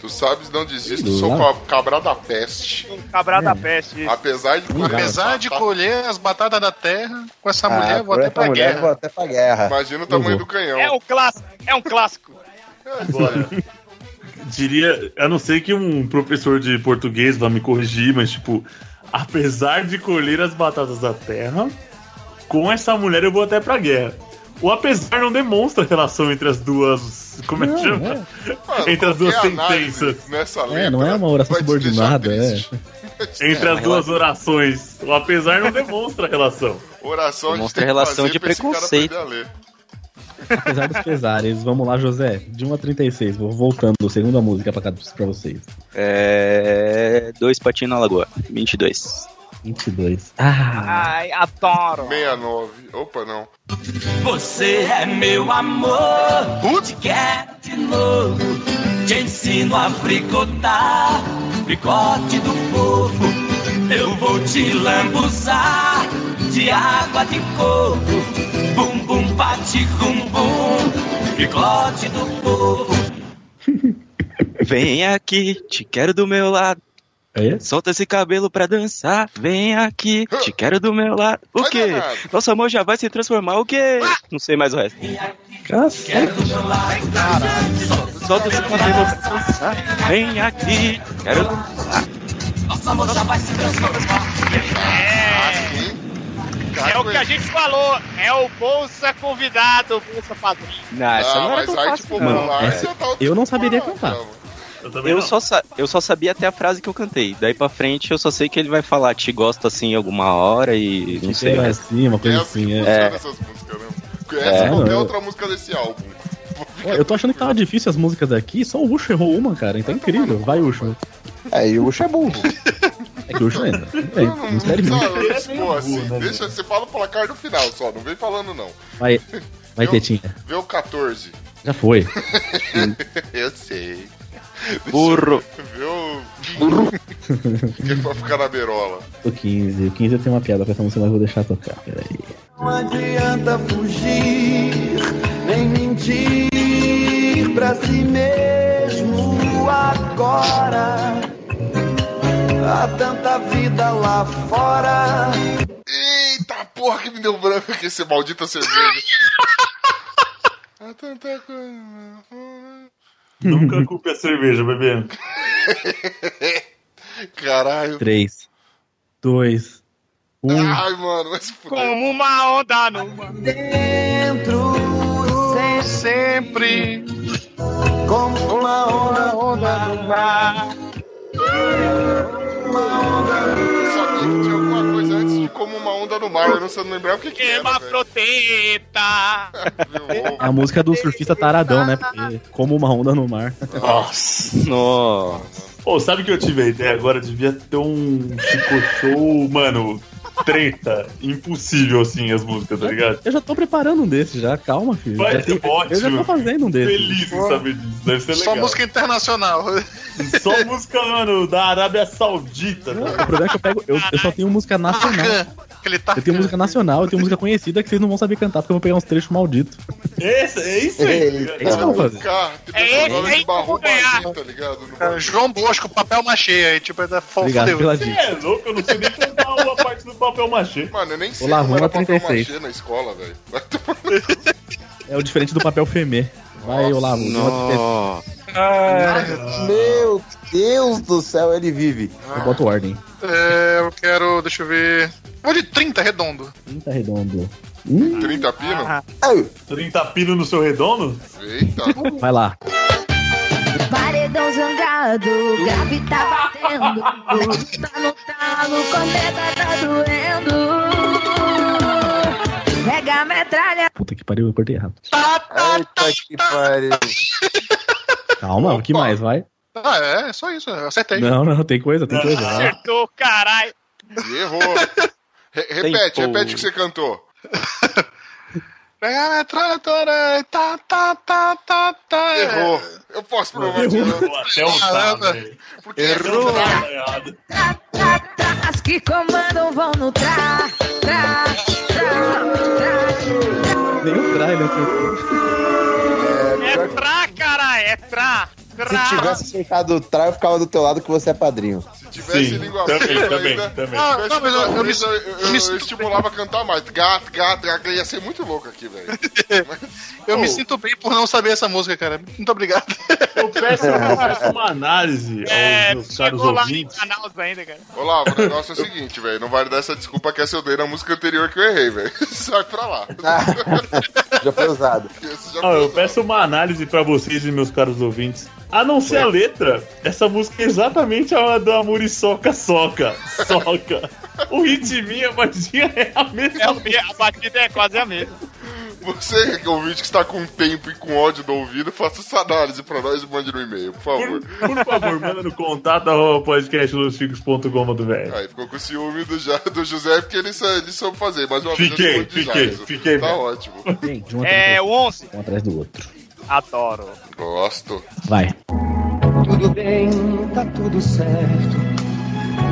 S1: Tu sabes, não desisto,
S4: Sei
S1: sou
S4: lá.
S1: ca- cabra da peste.
S2: Cabra
S9: um-
S2: da peste.
S1: Apesar de. tá?
S3: Apesar de colher as batatas da terra, com
S9: Ah,
S3: essa mulher
S6: Ah,
S3: eu vou
S1: por
S3: até
S1: essa
S3: pra
S1: mulher,
S3: guerra.
S1: vou
S4: até pra guerra.
S1: Imagina o tamanho
S7: Uhum.
S1: do canhão.
S2: É um clássico, é um clássico.
S7: Bora. Diria, a não ser que um professor de português vá me corrigir, mas tipo, apesar de colher as batatas da terra, com essa mulher eu vou até pra guerra. O apesar não demonstra relação entre as duas. Como é que
S9: Não,
S7: chama? entre as duas
S1: qualquer análise
S7: sentenças.
S1: Nessa
S9: É, não é uma oração subordinada, é.
S7: Entre
S9: É,
S7: as duas orações. O apesar não demonstra relação.
S1: Oração
S9: a gente tem que relação fazer de pra esse cara preconceito. Apesar dos pesares, vamos lá, José. De 1 a 36, vou voltando, segunda música pra, cá, pra vocês.
S16: É. Dois patinhos na lagoa. 22.
S9: 22. Ah,
S2: Ai, adoro.
S1: 69. Opa, não.
S8: Você é meu amor, te quero de novo. Te ensino a fricotar, fricote do povo.
S15: Eu vou te lambuzar de água de coco, bum bum bate bum bum, bigode do povo.
S8: Vem aqui, te quero do meu lado.
S9: É?
S8: Solta esse cabelo pra dançar. Vem aqui, te quero do meu lado. O quê? Nosso amor já vai se transformar. O quê? Não sei mais o resto. Solta esse cabelo pra dançar. Vem aqui, quero.
S15: Nossa amor já vai se transformar.
S2: É o que a gente falou, é o Bolsa Convidado, o Bolsa Padrinho.
S1: Ah,
S8: Não, essa não era tão fácil,
S1: tipo,
S8: não.
S9: Mano, essa-
S1: tá
S9: eu não saberia cantar.
S8: Eu, só sa- eu só sabia até a frase que eu cantei. Daí pra frente eu só sei que ele vai falar te gosto assim alguma hora e não sei.
S9: Sei
S8: o
S9: lá,
S8: resto.
S9: assim, uma coisa
S1: tipo,
S9: assim.
S8: É.
S9: É.
S1: essas músicas, né? Conhece
S9: É,
S1: qualquer
S9: mano.
S1: outra música desse álbum.
S9: Ué, Eu tô achando que tava difícil as músicas aqui, só o Ucho errou uma, cara. Então é incrível. Vai, Ucho.
S4: É, e o Ucho é burro.
S9: É que o Ucho ainda. É, não sério
S1: Sabe,
S9: mesmo.
S1: expor assim. Deixa, você fala o placar no final só, não vem falando não.
S9: Vai, vai Tetinha.
S1: Vê o 14.
S9: Já foi.
S1: eu sei.
S8: Burro.
S1: Vê o. Burro. Que é pra ficar na beirola.
S9: O 15. O 15 eu tenho uma piada com essa música, mas vou deixar tocar. Peraí.
S5: Não adianta fugir, nem mentir pra si mesmo agora. Há tanta vida lá fora.
S1: Eita porra que me deu branco aqui, esse maldito cerveja. Há tanta coisa.
S7: Nunca culpe a cerveja, bebê.
S1: Caralho.
S9: 3, 2, 1.
S1: Ai, mano, mas
S2: Como uma onda numa.
S5: Dentro
S3: sempre
S5: como uma onda,
S3: onda
S5: no mar.
S1: Eu sabia que tinha alguma coisa antes de como uma onda no mar, eu não sei não lembrar o que, que era.
S2: Hemafroteta!
S9: É a música do surfista taradão, né? Porque como uma onda no mar.
S8: Nossa. Nossa.
S7: Pô, sabe que eu tive a ideia agora? Devia ter um Chico Show, mano, treta. Impossível, assim, as músicas, tá ligado?
S9: Eu já tô preparando um desses já, calma, filho.
S7: Vai
S9: Já
S7: ser
S9: tem-
S7: ótimo.
S9: Eu já tô fazendo um desses.
S7: Feliz em saber disso. Deve ser
S3: Só
S7: legal.
S3: música internacional.
S7: Só música, mano, da Arábia Saudita. tá
S9: O problema é que eu pego. Eu, eu só tenho música nacional. Eu tenho música nacional, eu tenho música conhecida que vocês não vão saber cantar, porque eu vou pegar uns trechos malditos.
S7: Esse, é isso aí.
S9: É isso que eu vou fazer.
S1: É ele, é barro barzinho, tá ligado? No
S3: É, João Bosco, papel machê aí, tipo, é da
S9: Obrigado pela
S3: Você
S9: dica.
S7: É louco, eu não sei nem cantar uma parte do papel machê.
S1: Mano, eu nem sei
S9: Olá,
S1: como
S9: Roma
S1: era papel
S9: 36.
S1: machê na escola, velho.
S9: É o diferente do papel femê. Vai, Olavo.
S8: Nossa.
S6: Meu Deus do céu, ele vive.
S9: Eu boto ordem.
S3: É, eu quero, deixa eu ver. Vou de 30 redondo.
S9: 30 redondo.
S1: 30 pino?
S7: 30 pino no seu redondo?
S1: Eita.
S9: Vai lá.
S17: Paredão zangado, grave tá batendo. Tá no talo, corneta tá doendo. Pega a metralha.
S9: Puta que pariu, eu cortei errado.
S6: Eita que pariu.
S9: Calma, o que mais? Vai.
S3: Ah, é, é só isso, eu acertei.
S9: Não, não, tem coisa, tem coisa. Vai.
S2: Acertou, caralho.
S1: E errou. Re- repete,
S9: Tempo.
S1: repete o que você cantou.
S3: Pega a metralhadora, tá, tá, tá, tá, tá.
S1: Errou. Eu posso provar de novo.
S7: Até o Tá
S3: Caramba.
S1: Porque errou.
S17: tá, As que comandam vão no tra, tra, tra,
S9: Nenhum trailer. né?
S2: É pra, caralho, é pra.
S6: Se
S2: Tra.
S6: tivesse acertado o trai, eu ficava do teu lado que você é padrinho.
S1: Tivesse
S7: Sim,
S1: língua
S7: também,
S1: presa
S7: também,
S1: ainda.
S7: também.
S1: Ah, não, mas eu,
S3: eu me-
S1: eu, eu estimulava a cantar mais. Gato, gato, gato. Ia ser muito louco aqui, velho.
S3: Eu me
S1: Pô.
S3: sinto bem por não saber essa música, cara. Muito obrigado.
S7: Eu peço, eu peço uma análise aos
S1: É,
S7: meus caros
S2: É, Chegou lá em
S7: ouvintes.
S2: Manaus ainda, cara.
S1: Olá, o negócio é o seguinte, velho. Não vale dar essa desculpa que essa eu dei na música anterior que eu errei, velho. Sai pra lá.
S9: Ah.
S6: Já foi usado.
S1: Esse já
S7: Ah,
S1: foi
S7: eu
S1: usado.
S7: peço uma análise pra vocês e meus caros ouvintes. A não ser a letra, essa música é exatamente a da Muriçoca Soca. Soca. O ritminho, a batidinha é a mesma.
S2: É o me- a batida é quase a mesma.
S1: Você, que é ouvinte que está com tempo e com ódio do ouvido, faça essa análise pra nós e mande no e-mail, por favor.
S7: Por favor, manda no contato arroba podcastlosficos.com.br.
S1: Aí ficou com ciúme do, Ja- do José, porque ele, sa- ele soube fazer. Mais uma
S7: Fiquei,
S1: vez, ele foi de
S7: fiquei,
S1: Jason.
S7: fiquei
S1: Tá
S7: mesmo.
S1: ótimo.
S9: Gente, um
S2: É,
S9: atrás,
S2: o 11.
S9: um atrás do outro.
S2: Adoro.
S1: Gosto.
S9: Vai.
S5: Tudo bem, tá tudo certo.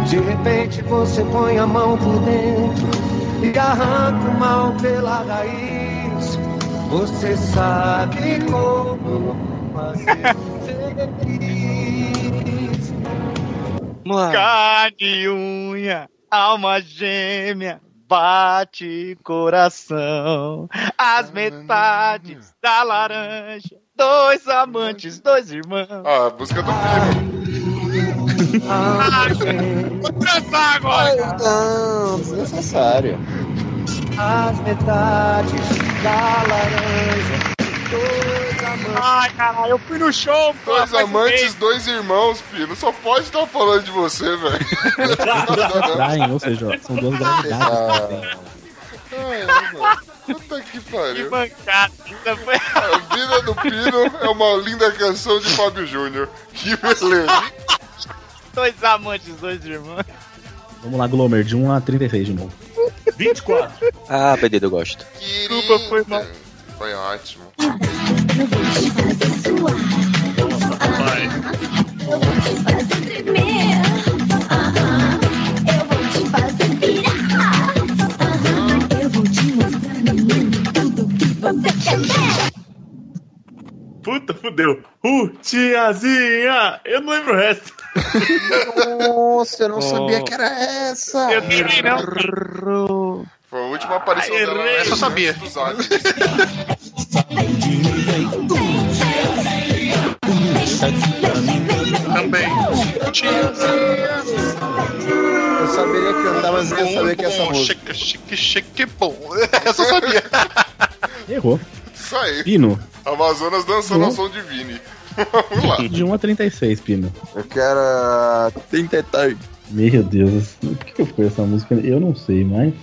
S15: De repente você põe a mão por dentro e arranca o mal pela raiz. Você sabe como fazer feliz.
S2: Carne unha, alma gêmea, bate coração. As metades da laranja, dois amantes, dois irmãos.
S1: Ah, a música do
S15: Ah,
S2: Ah, Vou dançar agora!
S4: Não, Então, desnecessário.
S15: As metades da laranja. Dois amantes.
S2: Ai, caralho, eu fui no show, pô.
S1: Dois amantes, dois irmãos, filho. Só pode estar falando de você, velho.
S9: Brian, ou seja, ó, são duas gravidades. né?
S1: Puta que pariu.
S2: mancada.
S1: A vida do Pino é uma linda canção de Fábio Júnior. Que beleza.
S2: Dois amantes, dois irmãos.
S9: Vamos lá, Glomer, de 1 a 36 de novo.
S7: 24.
S8: Ah, pedido eu gosto.
S2: Desculpa, foi mal.
S1: Foi ótimo.
S7: Puta, fudeu. Uh, tiazinha! Eu não lembro o resto.
S4: Nossa, eu não
S7: Oh.
S4: sabia que era essa.
S2: Eu também não.
S1: Foi a última aparição dela.
S3: errei.
S1: antes
S3: Eu sabia.
S1: dos aliens.
S3: Também.
S4: Eu saberia cantar, mas eu não sabia que era essa
S3: Bom, chique,
S4: música.
S3: chique, chique, bom. Essa eu sabia.
S9: Errou.
S1: Isso aí.
S9: Pino,
S1: Amazonas dançando ao
S9: Uhum.
S1: som de Vini. Vamos lá.
S9: de 1 a 36, Pino.
S4: Eu quero. ah, Tenta e
S9: Meu Deus, o que que foi essa música? Eu não sei, mas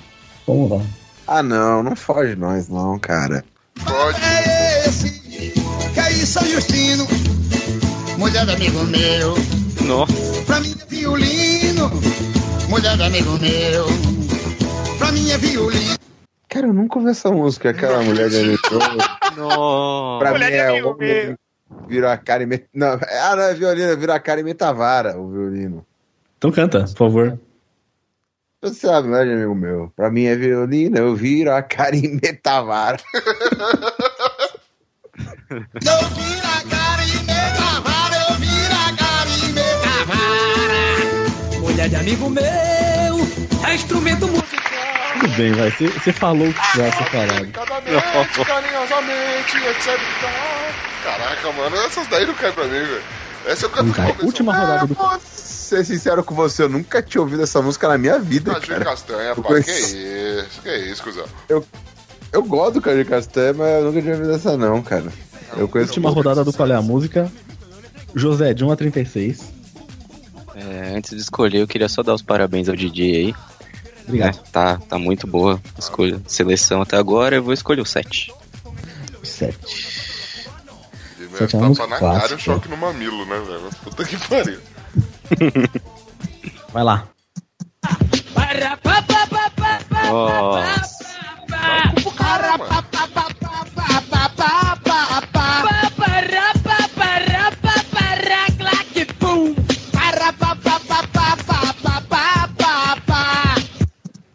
S9: vamos lá.
S4: Ah, não, não foge nós, não, cara.
S1: Pode.
S15: É esse que aí São Justino, mulher do amigo meu.
S8: Nossa.
S15: Pra mim é violino, mulher do amigo meu. Pra mim é violino.
S4: Cara, eu nunca ouvi essa música, aquela mulher de amigo.
S8: Nossa.
S4: Pra
S2: Mulher
S4: mim
S2: de
S4: é
S2: amigo
S4: homem. Virou a cara e me... Não, é- ah, não, é violino, virou a cara e meta a vara, o violino.
S9: Então canta, por favor.
S4: Você sabe, né, de amigo meu? Pra mim é violino, eu viro a cara e meta a vara.
S15: Eu vira a cara e me cavara, eu vira a cara e me cavara. Mulher de amigo meu, é instrumento musical.
S9: Tudo bem, vai. Você você falou o que vai ser falado.
S1: Carinhosamente, carinhosamente, etc. Caraca, mano, essas daí não caem pra mim, velho. Essa eu canto
S9: Não cai.
S1: com
S9: Última rodada do.
S4: Vou ser sincero com você, eu nunca tinha ouvido essa música na minha vida,
S1: Caju e
S4: cara.
S1: castanha, pá.
S4: conheço.
S1: Que isso, que isso, cuzão.
S4: Eu gosto do Caju Castanha, mas eu nunca tinha ouvido essa não, cara. Eu conheço
S9: Última rodada do Qual é a Música. José, de 1 a 36.
S8: É, antes de escolher, eu queria só dar os parabéns ao DJ aí.
S9: Obrigado.
S8: É, tá, tá muito boa a escolha. Seleção até agora, eu vou escolher o 7.
S9: 7.
S1: Ele
S9: Só
S1: mesmo
S9: tinha
S1: tapa
S9: música
S1: na cara e
S9: clássica.
S1: um choque no mamilo, né, velho? Mas Puta que pariu.
S9: Vai lá.
S8: Nossa.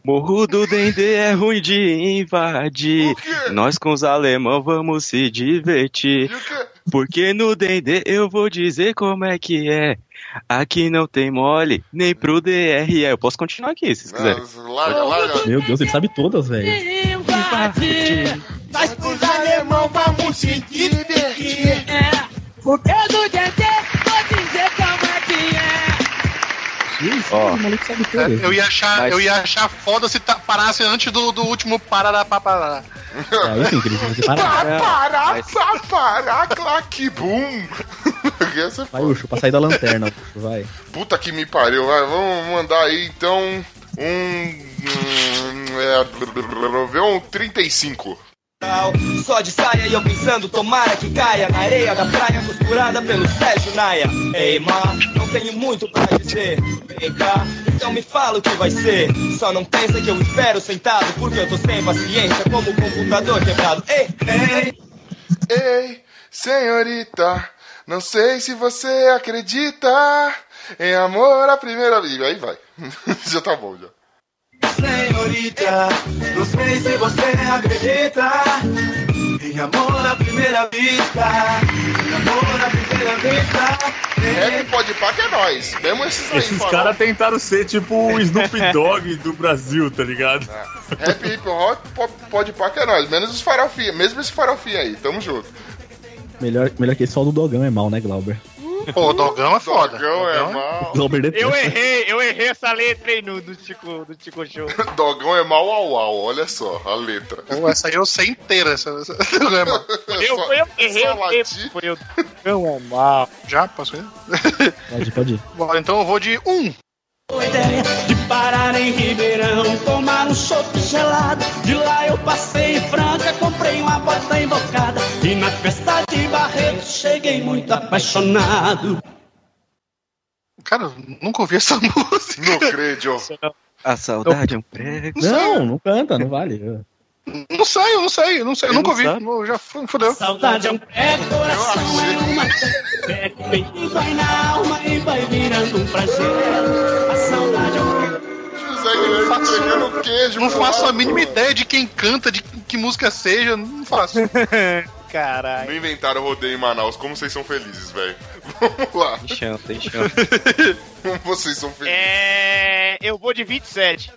S8: Morro do Dendê é ruim de invadir. Nós com os alemão vamos se divertir.
S1: E o que?
S8: Porque no Dendê eu vou dizer como é que é. Aqui não tem mole, nem pro DRE. Eu posso continuar aqui, se vocês quiserem.
S1: Ah, Larga, larga.
S9: Meu Deus, ele sabe todas, velho.
S15: Nós com os alemão vamos se divertir. Porque do Dedê vou dizer como é que é.
S9: Isso,
S8: Ó.
S9: o maluco sabe
S3: É,
S9: todas.
S3: Eu ia achar,
S8: Mas-
S3: eu ia achar foda se tá- parasse antes do, do último parará pá, parará.
S9: É isso, incrível. Você para.
S1: Papará,
S8: Mas-
S1: papará, claque, bum. Essa é
S9: Vai, Ucho, pra sair da lanterna. Ucho, vai.
S1: Puta que me pariu, vai, vamos mandar aí então um. um é, vê um 35.
S15: Só de saia e eu pensando, tomara que caia na areia da praia costurada pelo Sérgio Naia. Ei, mar, não tenho muito pra dizer. Vem cá, então me fala o que vai ser. Só não pensa que eu espero sentado, porque eu tô sem paciência, como o computador quebrado. Ei, ei,
S1: Ei, senhorita, Não sei se você acredita em amor à primeira vista. Aí vai. já tá bom, já.
S15: Senhorita, não sei se você acredita em amor à primeira vista. Em amor à primeira vista.
S1: Rap pode pá que é nóis. Mesmo esses aí,
S7: Esses
S1: falou.
S7: caras tentaram ser tipo o Snoop Dogg do Brasil, tá ligado?
S1: Rap hip hop po- pode pá que é nóis. Menos os farofinha. Mesmo esse farofinha aí. Tamo junto.
S9: Melhor, melhor que esse só do Dogão é mal, né, Glauber?
S3: Pô, o Dogão é foda.
S1: Dogão é mal.
S9: Glauber detesta.
S2: Eu errei, eu errei essa letra aí no, do, Tico, do Tico Show.
S1: Dogão é mal ao ao. Olha só a letra.
S3: Pô, essa aí eu sei inteira. Essa, essa, Dogão é mal.
S2: Eu, eu errei
S1: só
S2: o tempo. Foi eu. Dogão é mal.
S3: Já? Posso ir?
S9: Pode, pode ir.
S3: Bora, então eu vou de um.
S15: Boa ideia de parar em Ribeirão, tomar um chope gelado. De lá eu passei em Franca, comprei uma bota embocada. E na festa de Barreto cheguei muito apaixonado.
S3: Cara, nunca ouvi essa música.
S1: Não creio.
S8: A saudade é um prego.
S9: Não, não canta, não vale.
S3: Não sei, eu não sei, eu não sei. Eu,
S8: Eu
S3: nunca
S8: não
S3: ouvi.
S8: sabe.
S3: Eu Já fu- fudeu.
S15: Saudade é um pé, coração é uma pé, vem e vai na alma e vai virando um prazer. A saudade é um pé.
S1: José Guilherme entregando queijo.
S3: Não
S1: pro
S3: faço a
S1: lado.
S3: mínima ideia de quem canta, de que música seja, não faço.
S2: Caralho.
S1: Não inventaram rodeio em Manaus. Como vocês são felizes, velho. Vamos lá.
S8: Tem chão, tem chão.
S1: Como vocês são felizes.
S2: É, eu vou de 27.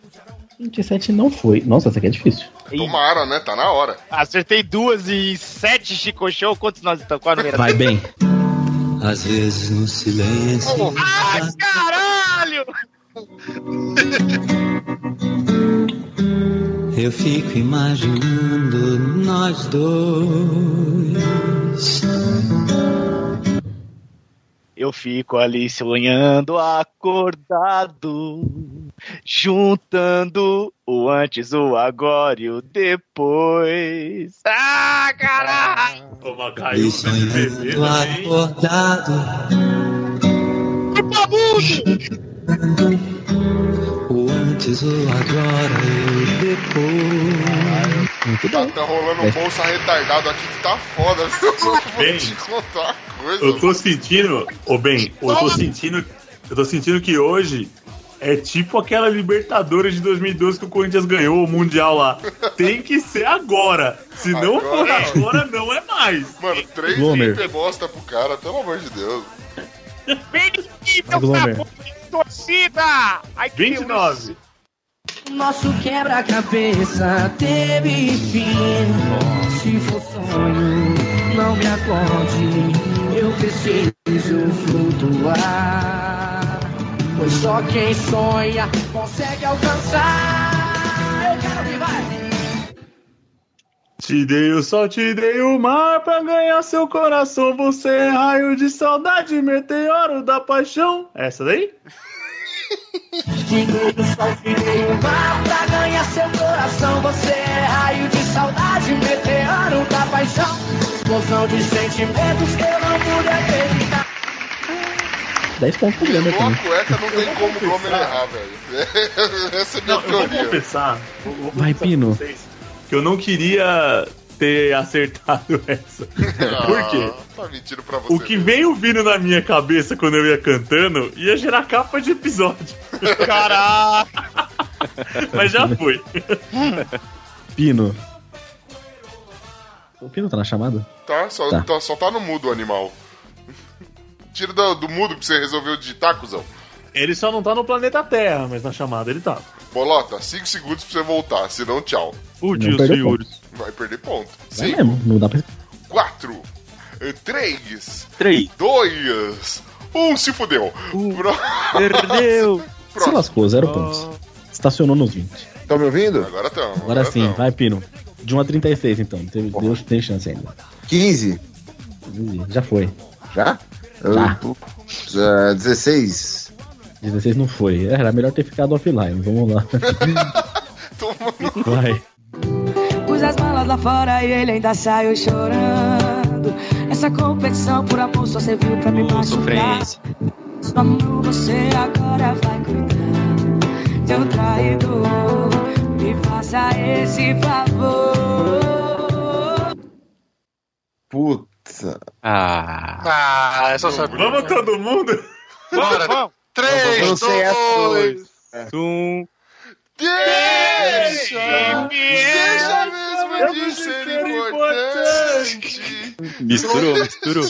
S9: 27 não foi. Nossa, essa aqui é difícil.
S1: Tomara, né? Tá na hora.
S2: Acertei duas e sete Chico Show. Quantos nós estamos? Qual a número?
S9: Vai bem.
S15: Às vezes no silêncio.
S2: Ah, caralho!
S15: Eu fico imaginando nós dois.
S2: Eu fico ali sonhando acordado, juntando o antes, o agora e o depois. Ah, caralho!
S7: Toma, caiu, de bebê também.
S15: acordado. O antes, o agora e o depois.
S9: Muito
S1: Tá,
S9: bem.
S1: tá rolando
S7: É.
S1: um bolsa retardado aqui que tá foda, viu? Eu vou
S7: Bem.
S1: te contar uma coisa.
S7: Eu tô sentindo, ô bem, eu tô
S3: Toma.
S7: sentindo, eu tô sentindo que hoje é tipo aquela Libertadores de 2012 que o Corinthians ganhou o mundial lá. Tem que ser agora. Se não for
S1: Agora.
S7: agora, não é mais.
S1: Mano, três
S9: Glomer.
S1: Inter bosta pro cara, pelo amor de Deus.
S7: Ah.
S2: Bendita
S9: Vai, Glomer.
S2: torcida! Ai, que
S7: 29.
S15: O nosso quebra-cabeça teve fim. Se for sonho, não me acorde. Eu preciso flutuar. Pois só quem sonha consegue alcançar. Eu quero que vai.
S7: Te dei o sol, te dei o mar pra ganhar seu coração. Você é raio de saudade, meteoro da paixão. Essa daí?
S15: Tirei o sol, tirei o mar pra ganhar seu coração. Você é raio de saudade, um meteoro da paixão. Explosão de sentimentos que eu não pude acreditar.
S9: 10 pontos pro Glauber
S1: Pegou a
S9: também.
S1: cueca, não tem como o Glomer
S7: confessar.
S1: errar, velho. Essa é a minha
S7: Não, eu vou
S1: teoria.
S7: confessar. eu vou
S9: Vai,
S7: confessar pra
S9: Pino.
S7: vocês Que eu não queria ter acertado essa. Por quê?
S1: Ah, Tá mentindo pra você.
S7: O que
S1: mesmo.
S7: veio vindo na minha cabeça quando eu ia cantando ia gerar capa de episódio.
S2: Caralho!
S7: Mas já foi.
S9: Pino. O Pino tá na chamada?
S1: Tá, só tá.
S9: Tá.
S1: só tá no mudo o animal. Tira do, do mudo que você resolveu digitar, cuzão.
S7: Ele só não tá no planeta Terra, mas na chamada ele tá.
S1: Bolota, 5 segundos pra você voltar, senão tchau.
S9: Não perdeu ponto.
S1: Vai perder ponto.
S9: Vai
S1: 5,
S9: mesmo, não dá pra...
S1: 4, 3,
S8: Três.
S1: 2, 1, se fudeu. Pro-
S8: Perdeu.
S9: Se
S1: Próximo.
S9: lascou, zero pontos. Estacionou nos 20.
S4: Estão me ouvindo?
S1: Agora tamo.
S9: Agora sim,
S1: tamo.
S9: vai, Pino. De 1 a 36, então. Teve, deu, tem chance ainda.
S6: 15.
S9: Já foi.
S6: Já?
S9: Já.
S6: Eu, putz, ah, 16.
S9: 16 não foi. É, Era melhor ter ficado offline. Vamos lá. Vai.
S15: Pus as malas lá fora e ele ainda saiu chorando. Essa competição por amor só serviu pra me machucar.
S8: Sofrência.
S15: Só amor você agora vai cuidar. Teu traidor, me faça esse favor.
S6: Putz.
S8: Ah.
S3: Ah, essa eu sabia. Vamos todo mundo? Bora.
S1: Vamos.
S3: Três,
S1: Vamos, vamos. Eu não sei
S3: dois...
S8: Um.
S1: Deixa! Deixa mesmo de ser importante!
S8: Misturou, misturou.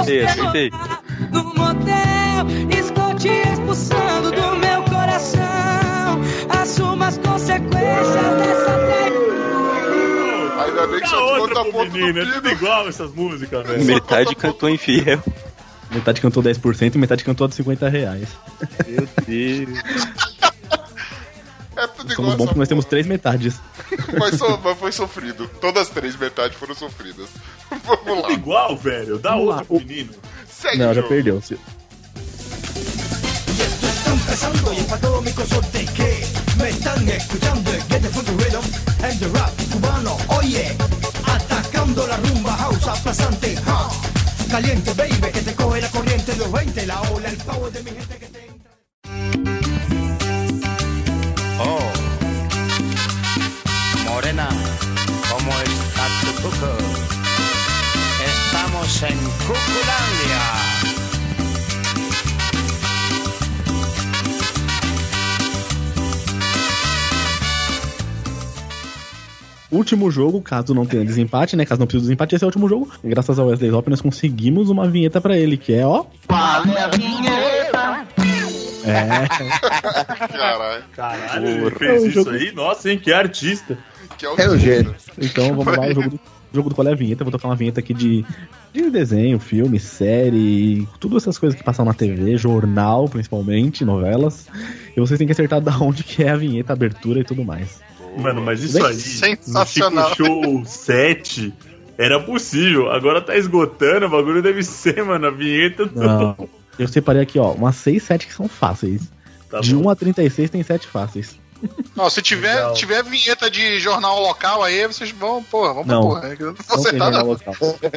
S15: Acertei, acertei. do motel. Estou te expulsando do meu coração. Assuma as consequências dessa
S1: Ainda bem que
S7: É
S1: só
S7: outra
S1: desconta
S7: pro
S1: ponto
S7: menino, é tudo igual essas músicas, velho.
S8: Metade cantou infiel.
S9: Metade cantou 10% e metade cantou a de 50 reais.
S8: Meu Deus.
S9: Somos bons porque nós temos três metades.
S1: É Mas, so- mas foi sofrido. Todas as três metades foram sofridas. Vamos lá.
S7: igual, velho. Dá
S9: Vamos
S7: outra
S9: lá.
S7: pro menino.
S1: Segue
S9: Não,
S1: o
S9: já
S1: jogo.
S9: perdeu.
S15: están pensando y económico son de que me están escuchando el get the food rhythm and the rap cubano oye atacando la rumba house aplastante ha. caliente baby que te coge la corriente los 20 la ola el power de mi gente que te
S18: Oh, Morena, ¿cómo está tu cuco? Estamos en Cuculandia.
S9: Último jogo, caso não tenha desempate, né? Caso não precise de desempate, esse é o último jogo. Graças ao Wesley Zop, nós conseguimos uma vinheta pra ele, que é, ó. É.
S1: Caralho.
S7: Caralho, ele fez
S9: um
S7: isso aí? Nossa, hein? Que artista.
S9: É o gênio. Então vamos lá, o jogo do, jogo do Qual é a Vinheta. Eu Vou tocar uma vinheta aqui de, de desenho, filme, série, todas essas coisas que passam na TV, jornal, principalmente, novelas. E vocês têm que acertar da onde que é a vinheta, a abertura e tudo mais.
S7: Mano, mas isso aí, no
S3: Sensacional.
S7: Chico Show 7, era possível. Agora tá esgotando, o bagulho deve ser, mano, a vinheta do...
S9: Não. Eu separei aqui, ó, umas 6, 7 que são fáceis.
S1: Tá
S7: Tá
S9: de 1 a 36 tem 7 fáceis.
S3: Não, se tiver, tiver vinheta de jornal local aí, vocês vão, porra, vamos
S9: Não.
S3: pra porra. Eu Não vou
S9: Não tem
S3: acertar,
S9: jornal
S3: não.
S9: local.
S1: né?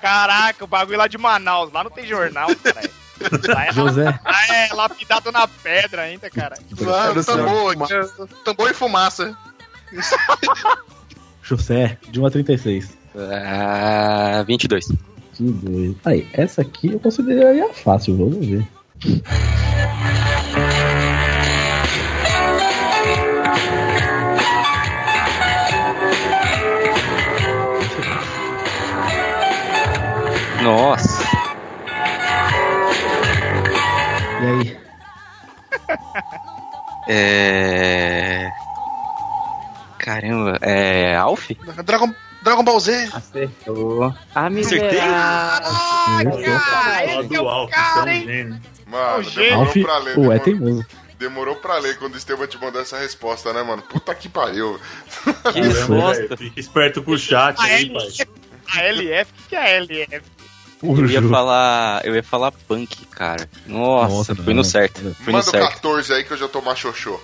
S2: Caraca, o bagulho lá de Manaus. Lá não tem jornal, cara. Lá é,
S9: José.
S2: lá é lapidado na pedra ainda, cara.
S3: Lá, Ah, tambor, tambor e fumaça.
S9: José, de 1 a 36.
S8: Ah, 22.
S9: Que doido. Aí, essa aqui eu consideraria fácil, vamos ver.
S8: Nossa.
S9: E aí?
S8: É. Caramba, é. Alf?
S3: Dragon, Dragon Ball Z.
S8: Acertou. Ah, me
S3: Acertei?
S9: né?
S1: cara,
S7: esse é o Alf,
S1: cara,
S7: hein?
S1: Mano,
S7: É gênio.
S1: demorou
S9: Alf,
S1: pra ler. né,
S9: pô, é
S1: Demorou,
S9: teimoso.
S1: demorou pra ler quando o Estevam te mandou essa resposta, né, mano? Puta que pariu.
S7: Que resposta. É, Fica esperto com o chat aí, pai.
S2: A LF, o que que é a LF?
S8: Eu ia falar. Eu ia falar punk, cara. Nossa,
S9: Nossa,
S8: fui no
S9: não.
S8: certo. Fui no
S1: Manda o
S8: certo.
S1: 14 aí que eu já tô machoxô.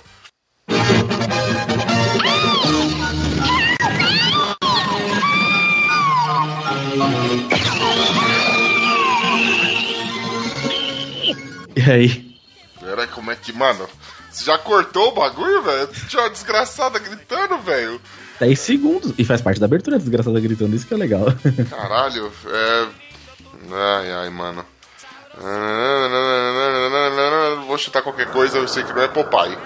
S9: E aí?
S1: Pera, como é que, mano? Você já cortou o bagulho, velho? Tinha uma desgraçada gritando, velho.
S9: 10 segundos. Tá E faz parte da abertura, desgraçada gritando, isso que é legal.
S1: Caralho, é. Ai, ai, mano. Vou chutar qualquer coisa, eu sei que não é Popeye.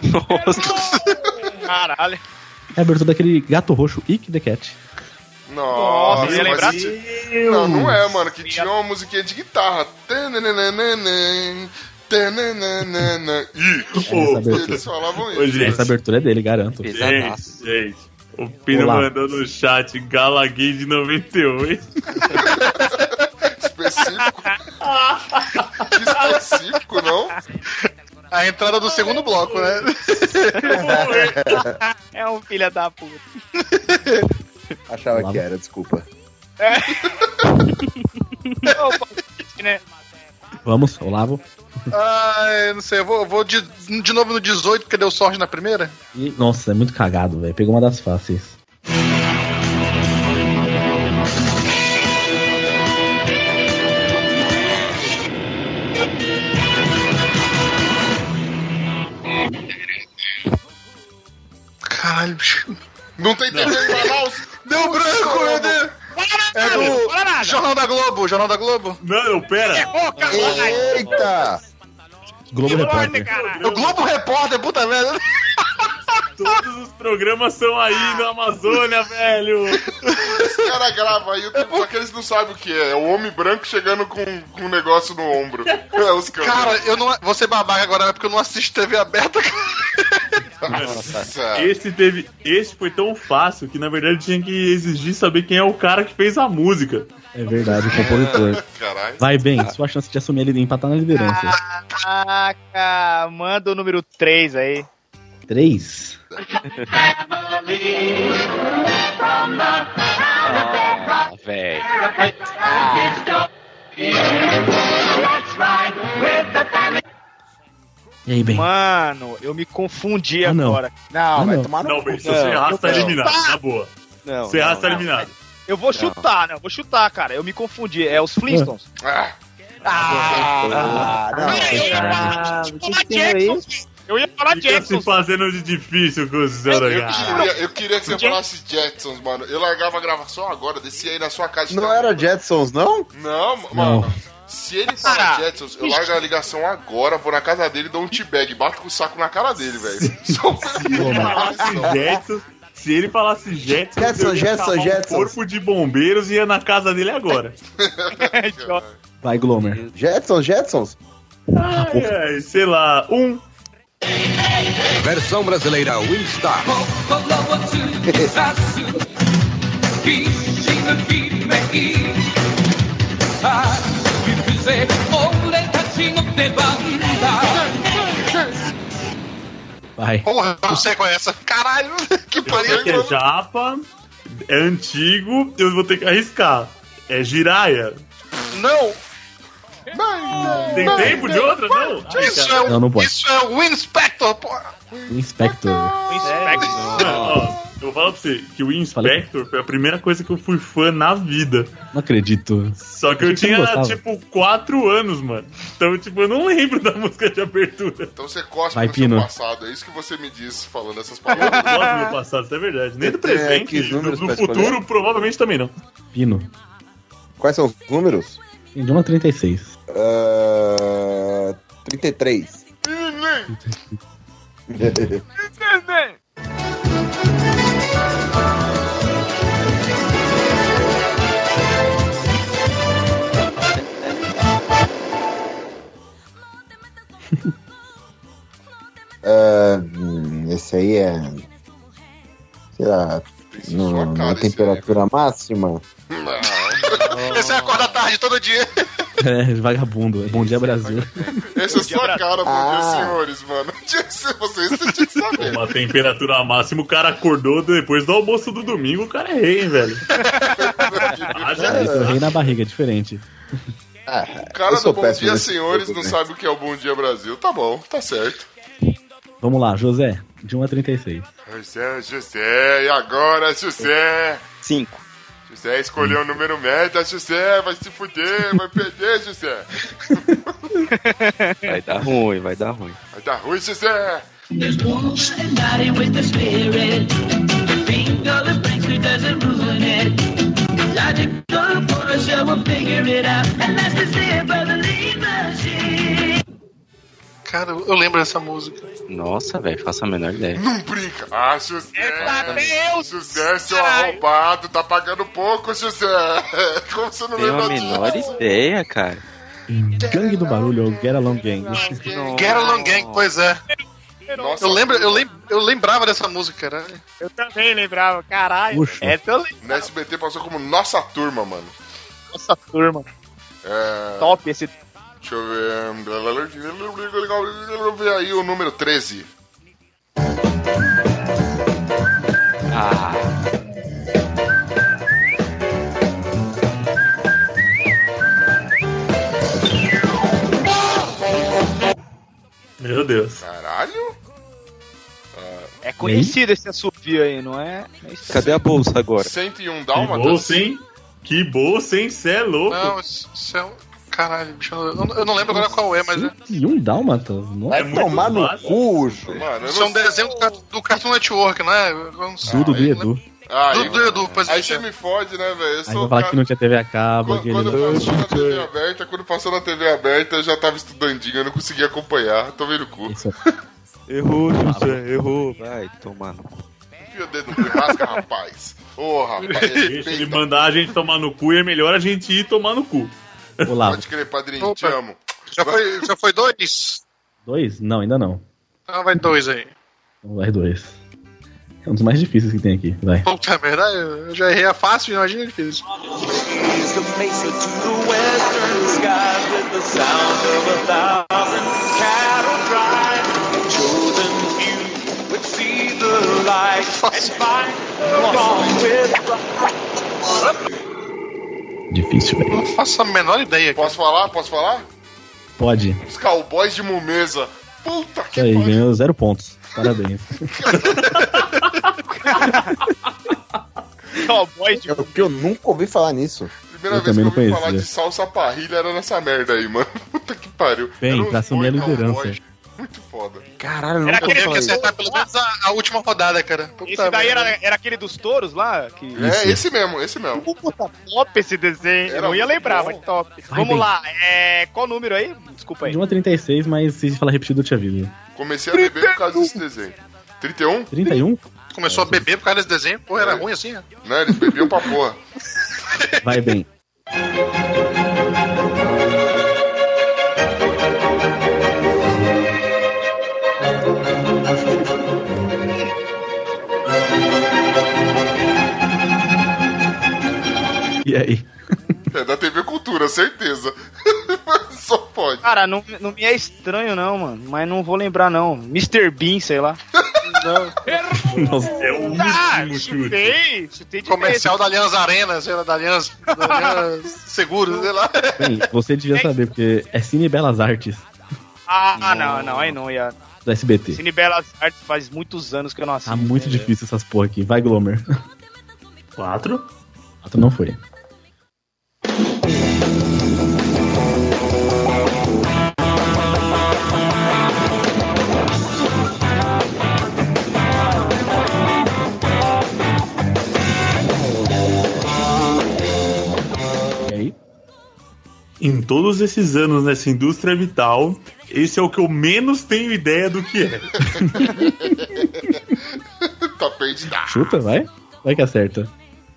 S2: Caralho.
S9: É a abertura daquele gato roxo, Ick the Cat.
S1: Nossa,
S2: eu ia lembrar.
S1: mas... Não, não é, mano, que tinha uma musiquinha de guitarra. Tananana, tananana. Ih,
S9: Essa abertura.
S1: eles falavam
S7: Ô,
S1: isso.
S7: gente.
S9: Essa abertura é dele, garanto.
S7: Gente, gente. O Pino
S9: Olá.
S7: mandou no chat Galaguei de 98.
S1: Específico. Que específico, não?
S3: A entrada do segundo bloco, né?
S2: É um filho da puta.
S4: Achava que era, desculpa.
S2: É. Ô, Paulo, né?
S9: Vamos, Olavo.
S3: Ah, não sei, eu vou, eu vou de, de novo no 18, porque deu sorte na primeira.
S9: E, nossa, é muito cagado, velho. Pegou uma das fáceis.
S3: Caralho, bicho.
S1: Não tem TV em Manaus?
S3: Deu branco, meu Deus! É do
S2: Fala nada.
S3: Jornal da Globo, Jornal da Globo.
S7: Não, pera.
S3: Eita!
S9: Globo Repórter.
S3: O Globo Repórter, puta merda.
S7: Todos os programas são aí na Amazônia, velho.
S1: Os caras gravam aí, só que eles não sabem o que é. É o homem branco chegando com, com um negócio no ombro. É os caras.
S3: Cara, eu não. Vou ser babaca agora, né, porque eu não assisto TV aberta.
S7: Esse, teve, esse foi tão fácil que na verdade tinha que exigir saber quem é o cara que fez a música.
S9: É verdade, o compositor.
S1: Caralho.
S9: Vai bem, sua chance de assumir ele empatar na liderança.
S2: Caraca, manda o número 3 aí.
S9: Três.
S8: Ah, velho.
S9: E aí, bem?
S2: Mano, eu me confundi
S9: Ah, não.
S2: agora. Não,
S9: Ah,
S2: vai
S9: não.
S2: tomar no
S7: Não,
S2: cu.
S7: bem, se você errar, você tá
S2: não.
S7: eliminado, na boa.
S2: Não,
S7: Se errar,
S2: não,
S7: você tá
S2: não.
S7: eliminado.
S2: Eu vou chutar, né? Eu vou chutar, cara. Eu me confundi. É os Flintstones. Ah, né, Eu ia falar
S7: Fica se fazendo de difícil, cuzão da
S1: Eu
S7: cara.
S1: queria, eu queria que você falasse Jetsons, mano. Eu largava a gravação agora, descia aí na sua casa. de
S4: Não
S1: trabalho.
S4: era Jetsons, não?
S1: Não, mano. Se ele falar Jetsons, eu largo a ligação agora, vou na casa dele, dou um t-bag, bato com o saco na cara dele, velho. Só assim,
S7: Se Jetson- Se ele falasse Jetson,
S4: Jetson,
S7: eu ia
S4: Jetson,
S7: chamar um
S4: Jetson.
S7: corpo de bombeiros e ia na casa dele agora.
S9: Vai, Glomer.
S4: Jetsons, Jetsons. Tá
S7: Ai, ai, É, sei lá, um.
S12: Versão brasileira Winstar.
S9: Vai.
S3: Porra, eu não sei qual é essa. Caralho, que
S7: Sei que é
S3: pariu.
S7: japa, é antigo, eu vou ter que arriscar. É giraia.
S3: Não!
S7: Tem tempo de outra? Não? Ai,
S3: Isso
S7: cara.
S3: é, o-
S9: Não, não pode.
S3: isso é o Inspector, porra!
S9: Inspector.
S7: É, Ó, eu vou falar pra você que o Inspector foi a primeira coisa que eu fui fã na vida.
S9: Não acredito.
S7: Só que eu
S9: Achei que você não
S7: tinha,
S9: gostava.
S7: tipo, 4 anos, mano. Então, tipo, eu não lembro da música de abertura.
S1: Então você cospe
S9: Vai,
S1: no seu
S9: Pino.
S1: passado, é isso que você me disse falando essas
S7: Eu não
S1: palavras.
S7: gosto do meu passado, isso é verdade. Nem do
S4: Você tem
S7: presente,
S4: aqui
S7: no,
S4: números
S7: no
S4: pra
S7: futuro,
S4: escolher?
S7: provavelmente também não.
S9: Pino.
S4: Quais são os números?
S9: Tem de 1 a 36.
S4: Ah, 33. Ah, hum, esse aí é. Sei lá.
S6: é
S4: no- na temperatura máxima?
S3: Esse é acorda tarde todo dia.
S9: É, vagabundo. Bom dia, Brasil.
S1: Essa é sua cara, bom
S9: Ah.
S1: dia, senhores, mano. Tinha que ser Vocês vocês tinham que saber. né?
S7: Uma temperatura máxima, o cara acordou depois do almoço do domingo, o cara é rei, hein, velho.
S9: Ah, Isso eu
S7: Haja
S9: rei na barriga, é diferente.
S6: Ah,
S1: O cara
S9: eu
S1: do
S9: sou
S1: Bom
S9: péssimo
S1: Dia
S9: nesse
S1: Senhores
S9: jogo,
S1: não
S9: né?
S1: sabe o que é o Bom Dia Brasil. Tá bom, tá certo.
S9: Vamos lá, José. De 1 a 36.
S1: José, José, e agora, José?
S8: Cinco.
S1: José escolheu o número merda, José, vai se fuder, vai perder, José.
S8: Vai dar ruim, vai dar ruim.
S1: Vai dar ruim, José.
S3: Cara, eu eu lembro dessa música.
S8: Nossa, velho, faço a menor ideia.
S1: Não brinca. Ah, José.
S2: Deus!
S1: José, seu arrombado, tá pagando pouco, José. Como você não
S8: Tenho a
S1: lembra
S8: menor ideia, cara.
S9: Gangue do Barulho, ou Get Along Gang.
S3: Get Along Gang, pois é.
S1: Nossa,
S3: eu, lembro, eu, lem- eu lembrava dessa música, né?
S2: Eu também lembrava, caralho.
S9: Puxa.
S2: É, eu
S1: Na SBT passou como Nossa Turma, mano.
S2: Nossa turma.
S1: É...
S2: Top esse.
S1: Deixa eu ver. Eu ver aí o número 13.
S8: Ah.
S7: Meu Deus.
S1: Caralho?
S2: É conhecido esse assovio aí, não é? É isso.
S8: Cadê a bolsa agora?
S1: 101
S7: Que
S1: Dálmatas?
S7: bolsa, hein? Que bolsa, hein? Cê é louco.
S3: Não, isso isso é um. Caralho, bicho, eu, não- eu não lembro agora qual é, mas. é-
S9: E um Dálmatas? Nossa.
S7: É
S3: Vai tomar no
S9: cu,
S3: Isso é um desenho do, Car- do Cartoon Network, não é? Eu não sei. né?
S9: Tudo do Edu.
S1: Ah,
S3: Do- do Edu, pois é.
S1: Aí você me fode, né, velho? Eu
S9: Aí
S1: sou
S9: vai
S1: o
S9: falar
S1: cara-
S9: que não tinha TV a cabo, aquele.
S1: Passou na TV aberta, quando passou na TV aberta, eu já tava estudandinho, eu não conseguia acompanhar, tomei no cu.
S19: Errou, José, errou. Vai tomar no cu.
S1: Enfia o dedo no cu e rasga, rapaz. Ô, rapaz,
S7: É, Deixa ele
S1: respeita.
S7: mandar a gente tomar no cu e é melhor a gente ir tomar no cu.
S9: Olá.
S1: Pode crer, padrinho, te amo.
S3: Já foi, já foi dois?
S9: Dois? Não, ainda não.
S3: Ah, vai dois aí.
S9: Então Vai dois. É um dos mais difíceis que tem aqui. Vai.
S3: Puta merda, é eu já errei a fácil, imagina difícil. É
S9: Difícil, velho.
S1: Não
S3: faço a menor ideia.
S1: Posso falar? Posso falar?
S9: Pode.
S1: Os cowboys de Mumeza. Puta
S9: Isso aí, ganhou zero pontos. Parabéns.
S2: Cowboy de
S6: É porque eu nunca ouvi falar nisso.
S1: Primeira vez
S9: Eu
S1: que
S9: também
S1: eu
S9: não
S1: ouvi falar
S9: conhecia.
S1: de salsa parrilha era nessa merda aí, mano. Puta que pariu. Era
S9: Bem,
S1: um
S9: pra assumir a liderança.
S1: muito foda. É,
S6: Caralho,
S1: Era
S3: Eu
S1: aquele
S3: tenho que
S1: que você-
S3: acertar pelo menos a, a última rodada, cara. Puta
S2: Esse daí
S3: merda.
S2: era, era aquele dos touros lá? Que...
S9: né?
S1: É, esse mesmo, esse mesmo.
S2: Puta, top esse desenho. Eu
S1: Era
S2: não ia
S1: muito
S2: lembrar,
S1: bom.
S2: mas top.
S9: Vai
S2: Vamos
S9: bem.
S2: lá, é... qual número aí? Desculpa aí.
S9: De 1 a 36, mas se falar repetido eu te aviso.
S1: Comecei a beber por causa desse desenho. 31?
S9: 31?
S3: Começou a beber por causa desse desenho? Pô, era ruim assim, né?
S1: Né, eles bebiam pra porra.
S9: Vai bem. E aí?
S1: É da TV Cultura, certeza. Só pode.
S2: Cara, não, não me é estranho não, mano. Mas não vou lembrar não. Mr. Bean, sei lá.
S9: Nossa.
S7: É o
S2: ah, chutei, chutei de
S3: Comercial
S2: vez.
S3: da Aliança Arena, sei lá, da Aliança, da Aliança Seguros, sei lá.
S9: Bem, você devia saber, porque é Cine Belas Artes
S2: Ah, não, não, aí não ia.
S9: do SBT.
S2: Cine Belas Artes faz muitos anos que eu não assisto.
S9: Tá muito difícil essas porra aqui. Vai, Glomer.
S7: Quatro?
S9: Quatro não foi.
S7: Em todos esses anos nessa indústria vital, esse é o que eu menos tenho ideia do que é.
S1: tá perdido.
S9: Chuta, vai. Vai que acerta.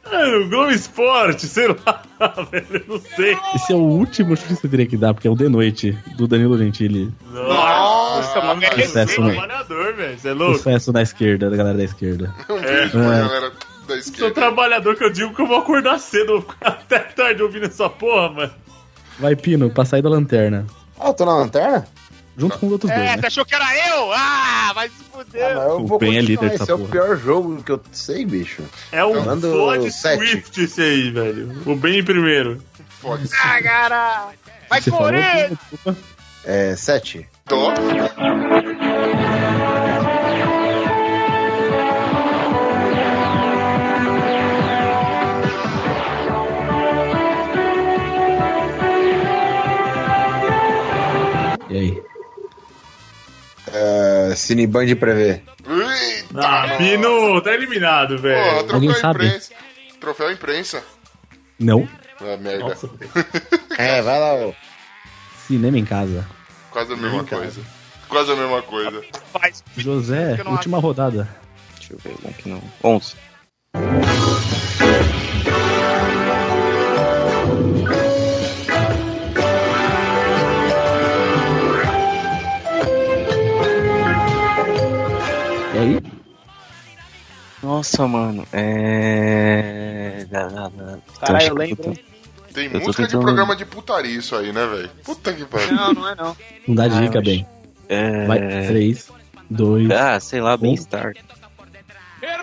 S7: Ah, o Globo Esporte, sei lá, velho, eu não sei.
S9: Esse é o último chute que você teria que dar, porque é o De Noite, do Danilo Gentili.
S7: Nossa, mano, é
S9: Sucesso, mano.
S7: trabalhador, velho. Você é louco?
S9: Sucesso da esquerda, da galera da esquerda.
S7: Um
S9: É.
S7: beijo pra galera
S1: da
S7: Sou trabalhador que eu digo que eu vou acordar cedo, eu vou ficar até tarde ouvindo essa porra, mano.
S9: Vai, Pino, pra sair da lanterna.
S6: Ah, eu tô na lanterna?
S9: Junto com os outros dois,
S2: É,
S9: né?
S2: você achou que era eu? Ah, vai se
S4: Tá
S2: fuder.
S6: Eu vou
S9: Ben
S6: continuar,
S9: é líder dessa
S6: Esse é o
S9: porra.
S6: pior jogo que eu sei, bicho.
S7: É um
S6: Mando
S7: Ford
S6: sete.
S7: Swift esse aí, velho. O bem em primeiro.
S2: Ah, cara. Vai
S6: Você falou
S2: por ele.
S6: É, sete.
S1: Top.
S9: E aí?
S6: É, Cineband prevê.
S1: Eita,
S7: Ah, Pino, tá eliminado,
S9: É,
S7: velho.
S1: Porra,
S6: Alguém
S1: troféu
S6: sabe?
S1: imprensa. Troféu imprensa.
S9: Não.
S1: Ah, merda.
S7: Nossa.
S6: É, vai lá. ô.
S9: Cinema em casa.
S1: Quase a mesma coisa. Quase a mesma coisa.
S9: José,
S1: Eu não
S9: última rodada.
S19: Deixa eu ver um que não. 11.
S9: E aí?
S19: Nossa, mano. É. Da, da, da.
S1: Caralho, eu
S19: tô-
S1: lembro. Tem
S19: Eu tô
S1: música de
S19: tentando-
S1: programa de putaria isso aí, né, velho? Puta que pariu.
S2: Não, não é não.
S9: Não dá dica, bem.
S19: É.
S9: Vai, três, dois.
S19: Ah, sei lá, bem-estar.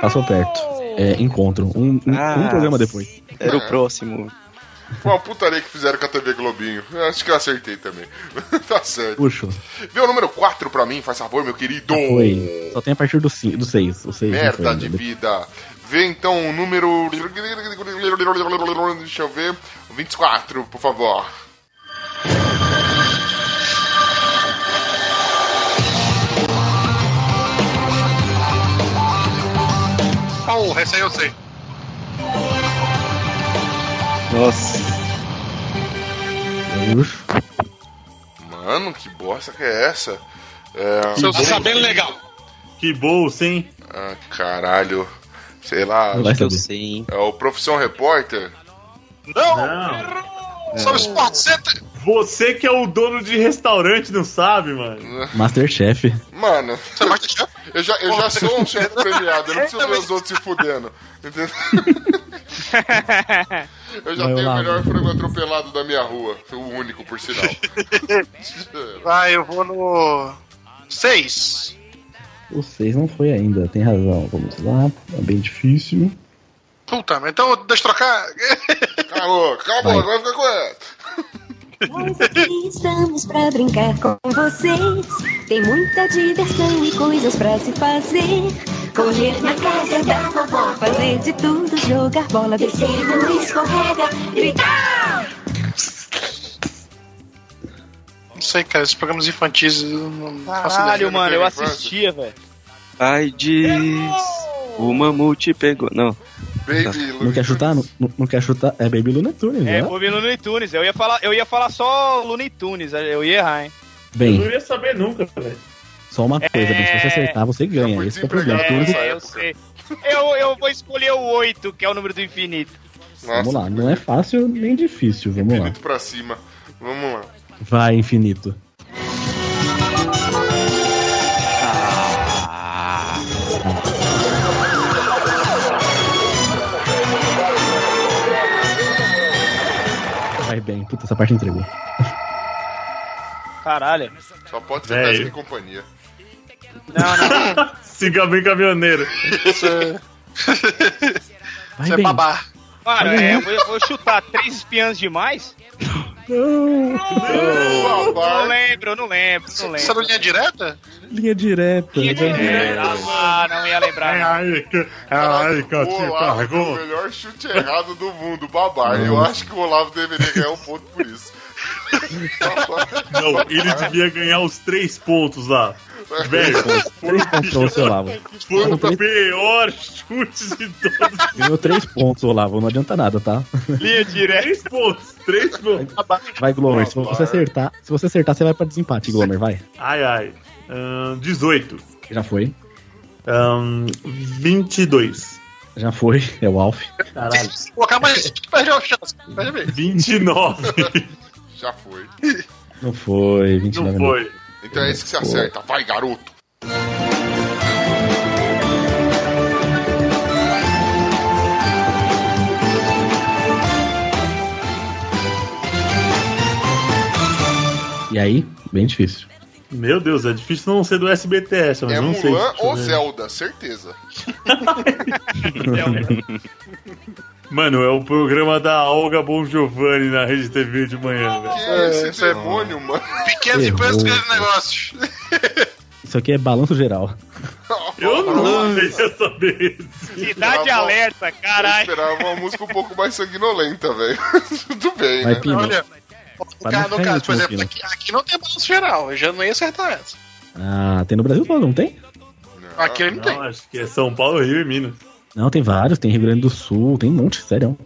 S9: Passou perto. É, encontro. Um, um- um programa depois.
S19: Era o próximo.
S1: Foi uma putaria que fizeram com a TV Globinho. Eu acho que eu acertei também. tá certo.
S9: Puxa.
S1: Vê o número 4 pra mim, faz favor, meu querido.
S9: Ah, Foi. Só tem a partir do, cinco, do seis. O seis não foi
S1: Merda
S9: ainda.
S1: de vida. Vê então o número. Deixa eu ver. 24, por favor.
S3: Porra, esse aí eu sei.
S19: Nossa.
S1: Mano, que bosta que é essa? É...
S3: Seu Tá sabendo legal.
S7: Que bolsa, hein?
S1: Ah, caralho. Sei lá.
S19: Vai que eu sei, hein?
S1: É o Profissão Repórter?
S3: Não!
S7: Não.
S3: Só o Sport Center.
S7: Você que é o dono de restaurante, não sabe, mano?
S9: Masterchef.
S1: Mano, eu já, eu já sou um chefe premiado, eu não preciso ver os outros se fudendo. entendeu? Eu já
S9: Vai
S1: tenho
S9: lá,
S1: o melhor frango atropelado da minha rua. O único, por sinal.
S3: Vai, eu vou no. 6.
S9: O 6 não foi ainda, tem razão. Vamos lá, é bem difícil.
S3: Puta, mas então deixa eu trocar.
S1: Calma, calma,
S9: Vai.
S1: agora fica com ela.
S17: Nós aqui estamos pra brincar com vocês. Tem muita diversão e coisas pra se fazer. Correr na casa da vovó, fazer de tudo, jogar bola, descer no escorrega, gritar.
S3: Não sei, cara, esses programas infantis. eu não faço ideia
S2: Caralho,
S3: do que
S2: mano,
S3: é
S2: eu
S3: infância.
S2: assistia, velho.
S19: Ai, diz. O mamute pegou. Não.
S1: Baby
S9: Não quer é chutar? Não, não quer chutar? É Baby Luna Tunes,
S2: É,
S9: né?
S2: Bob Looney Tunes. Eu ia falar, eu ia falar só Looney Tunes, eu ia errar, hein?
S9: Bem,
S7: ia saber nunca, velho.
S9: só uma coisa, bem, se você acertar, você ganha. Esse que é o problema. Tunes-
S2: É, eu sei. Eu, eu vou escolher o 8, que é o número do infinito.
S9: Vamos lá, não é fácil nem difícil, vamos lá.
S1: Muito pra cima. Vamos lá.
S9: Vai, infinito. Vai bem, puta, essa parte entregou.
S2: Caralho.
S1: Só pode ser
S7: Véio.
S1: peça de companhia.
S7: Siga bem caminhoneiro.
S9: Vai bem.
S3: É babá.
S2: Mano, é, eu, vou, eu vou chutar três espiãs demais?
S1: Não,
S2: Não lembro, não lembro, não
S3: Essa
S2: lembro.
S3: não é linha direta?
S9: Linha direta.
S2: Ia direto. Ah, não ia lembrar. não.
S7: aí, que- é aí que eu
S1: O
S7: te
S1: Olavo deu o
S7: cargo.
S1: melhor chute errado do mundo, babar. Eu acho que o Olavo deveria ganhar um ponto por isso.
S7: Não, ele devia ganhar os três pontos lá. Velho, foi
S9: Três pontos pra você, Olavo.
S7: foi o pior chute de todos.
S9: Ganhou três pontos, Olavo, não adianta nada, tá?
S2: Linha direta.
S7: Três pontos, três pontos.
S9: Vai, Glomer, se você acertar, se você acertar, você vai pra desempate, Glomer, vai.
S7: Ai, ai. Ahn, 18.
S9: Já foi,
S7: Ahn, 22.
S9: já foi, é o Alf.
S7: Caralho.
S3: Se colocar mais, perdeu a chance. Veja bem.
S7: 29.
S1: Já foi.
S9: Não foi, 29
S7: Não
S9: minutos.
S7: foi.
S1: Então é esse que você acerta. Vai, garoto.
S9: E aí, bem difícil.
S7: Meu Deus, é difícil não ser do SBT essa, mas
S1: É
S7: eu
S4: um
S7: não sei.
S1: Mulan
S7: Deixa eu
S1: ou
S4: né?
S7: ver.
S1: Zelda, certeza.
S7: Mano, é o programa da Olga Bon Giovanni na Rede TV de manhã, velho.
S1: Que é esse demônio, mano?
S3: Pequenos e
S9: Errou.
S3: grandes negócios.
S9: Isso aqui é balanço geral.
S7: Eu não sei saber
S3: Tá
S2: Cidade alerta,
S1: Eu
S2: caralho.
S1: esperava uma música um pouco mais sanguinolenta, velho. Tudo bem,
S9: Vai,
S1: né?
S9: Pino.
S3: É, Olha, no
S9: Pra
S3: caso,
S9: não
S3: no
S9: cair
S3: caso,
S9: no
S3: por exemplo,
S9: Pino.
S3: aqui, aqui não tem balanço geral. Eu já não ia acertar essa.
S9: Ah, tem no Brasil todo, não tem?
S3: Aqui ele não tem.
S7: Não, acho que é São Paulo, Rio e Minas.
S9: Não, tem vários. Tem Rio Grande do Sul, tem um monte, sério.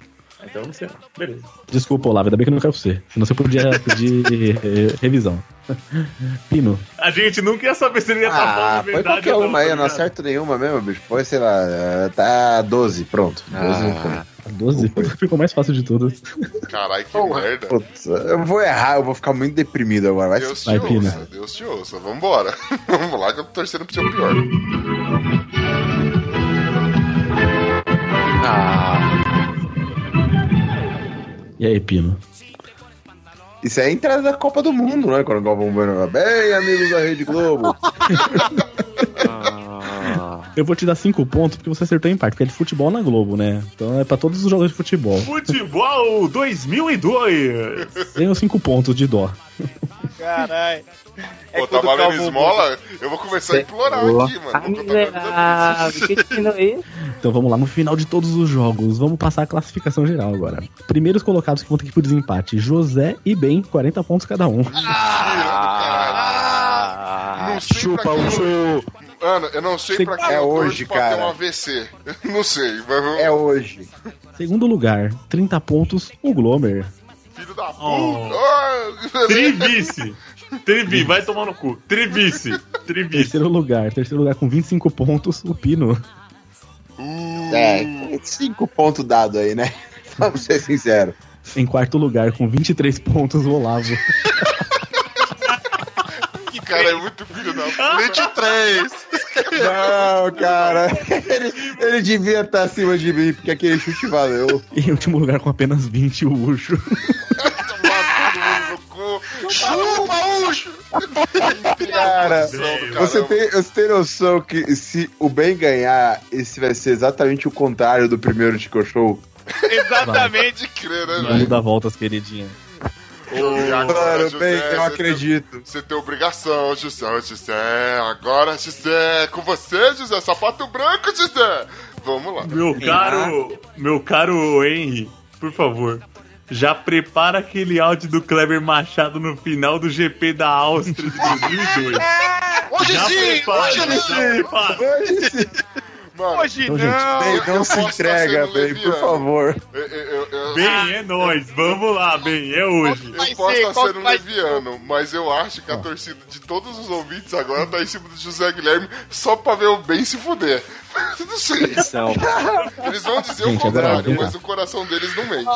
S7: Então não sei. Beleza.
S9: Desculpa, Olavo, ainda bem que eu não quero você. Senão você podia pedir eh, revisão. Pino,
S7: A gente nunca ia saber se ele ia estar tá falando
S4: Ah,
S7: a
S4: põe
S7: verdade.
S4: qualquer
S7: ou não,
S4: uma aí, eu
S7: tá
S4: não
S7: ligado?
S4: acerto nenhuma mesmo, bicho. Põe, sei
S6: é,
S4: lá, tá 12, pronto. 12 não foi.
S9: 12 ficou mais fácil de todas.
S1: Caralho, que
S3: Porra.
S1: merda.
S4: Putz, eu vou errar, eu vou ficar muito deprimido agora. Vai né?
S1: Deus te
S9: Vai, Pina.
S1: ouça, Deus te ouça. Vambora. Vamos lá que eu tô torcendo pro seu pior.
S9: E aí, Pino?
S4: Isso é a entrada da Copa do Mundo, né? Quando o Galvão Bueno vai bem, amigos da Rede Globo.
S9: Eu vou te dar 5 pontos porque você acertou em parte, porque é de futebol na Globo, né? Então é pra todos os jogos de futebol.
S7: Futebol 2002.
S9: Ganhou 5 pontos de dó.
S2: Caralho. É
S1: Pô, tá
S2: quando o
S1: valendo
S2: Calvo-
S1: esmola? Eu vou começar a implorar aqui, mano. tá Eu tô
S20: Ah, que ensino isso?
S9: Então vamos lá, no final de todos os jogos, vamos passar a classificação geral agora. Primeiros colocados que vão ter que ir pro desempate: José e Ben, 40 pontos cada um.
S19: Ah,
S1: Mentira do caralho. Não sei pra
S19: Chupa o
S4: um
S1: quem,
S19: show.
S1: Ana, eu não sei
S4: Você-
S1: pra
S4: É
S1: quem eu torço
S4: hoje,
S1: pra ter
S4: cara.
S1: um AVC. Não sei, mas um
S4: É hoje.
S9: Segundo lugar, 30 pontos, o Glomer.
S1: filho da puta.
S7: Oh. Trivice! Trivi, vai tomar no cu. Trivice! Trivice.
S9: Terceiro lugar, terceiro lugar com 25 pontos, o Pino.
S1: Hum.
S4: É, cinco pontos dado aí, né? Vamos ser sinceros.
S9: Em quarto lugar, com 23 pontos, o Olavo.
S1: Que cara é muito filho da puta. 23!
S4: Não, cara. Ele, ele devia estar acima de mim, porque aquele chute valeu.
S9: E em último lugar, com apenas 20, o Urcho.
S1: Chupa, Ucho!
S4: Cara, você tem, você tem noção que se o Ben ganhar, esse vai ser exatamente o contrário do primeiro Tico Show?
S1: Exatamente, crer, né,
S9: Vamos
S1: velho?
S9: dar voltas, queridinha.
S1: Obrigado,
S4: Mano,
S1: José,
S4: bem,
S1: você é,
S4: eu acredito.
S1: tem- Você tem obrigação, José, José. Agora, José, é com você, José. Sapato branco, José. Vamos lá.
S7: Meu
S4: né?
S7: caro, meu caro Henry, por favor, já prepara aquele áudio do Kleber Machado no final do GP da Áustria de 2002.
S1: Hoje
S7: Já prepara, já prepara.
S1: é.
S4: Hoje sim!
S1: Hoje
S4: Então, gente, bem, não se
S1: tá
S4: entrega, bem, por favor.
S7: Bem, é nóis, vamos lá, bem, é hoje.
S1: Eu posso estar sendo leviano, mas eu acho que a torcida de todos os ouvintes agora tá em cima do José Guilherme só pra ver o bem se fuder. Não sei.
S19: é
S8: São.
S19: um-
S1: Eles vão dizer o
S9: Gente, agora,
S1: contrário,
S9: vem cá.
S1: mas o coração deles não mente.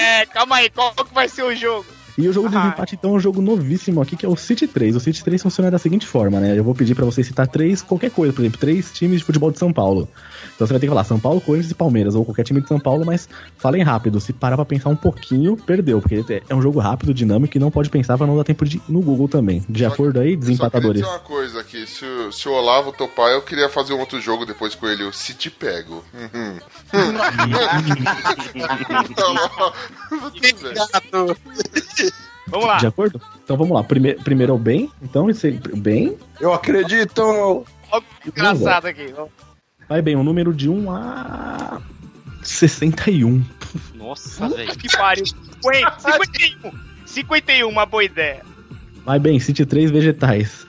S2: é, calma aí, qual que vai ser o jogo?
S9: E o jogo de empate, então, é um jogo novíssimo aqui, que é o City 3. O City 3 funciona da seguinte forma, né? Eu vou pedir pra você citar três, qualquer coisa, por exemplo, três times de futebol de São Paulo. Então você vai ter que falar São Paulo, Corinthians e Palmeiras, ou qualquer time de São Paulo, mas falem rápido. Se parar pra pensar um pouquinho, perdeu, porque é um jogo rápido, dinâmico, e não pode pensar pra não dar tempo de ir no Google também. De acordo aí,
S1: Queria
S9: desempatadores.
S1: dizer uma coisa aqui, se, o- se o Olavo topar, eu queria fazer um outro jogo depois com ele, o Se Te Pego. Uhum.
S2: Vamos lá.
S9: De acordo? Então vamos lá. Prime primeiro é o bem, então esse bem.
S4: Eu acredito!
S2: Engraçado aqui.
S9: Vai bem, o número de 1 a 61.
S2: Nossa, velho. Que pariu. Ué, 51. 51, uma boa ideia.
S9: Vai bem, cite três vegetais.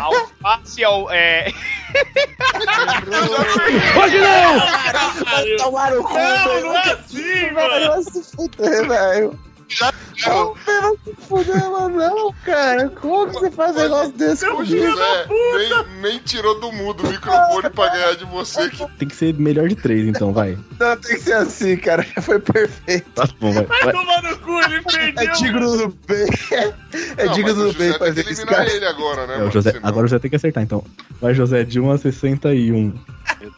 S2: Alface ao. É...
S9: Hoje não!
S5: Tomar o cu,
S2: Não, não é
S5: assim, mano. Vai se fuder, velho. Já não. Vai se fuder, mano, não, cara. Como que você faz um negócio desse
S1: O José nem, nem tirou do mundo o microfone pra ganhar de você. Que...
S9: Tem que ser melhor de três, então, vai.
S4: Não, tem que ser assim, cara. Já foi perfeito.
S9: Tá bom, vai. vai.
S7: tomar no cu, ele perdeu.
S4: É digno do bem. É
S1: Não,
S4: digno
S1: mas o
S4: do bem
S1: José tá tem
S4: fazer
S1: que
S4: isso,
S1: eliminar
S4: cara.
S1: ele agora, né?
S9: É, o
S1: mano?
S9: José, agora o José tem que acertar, então. Vai, José, de 1 a 61.
S19: Eu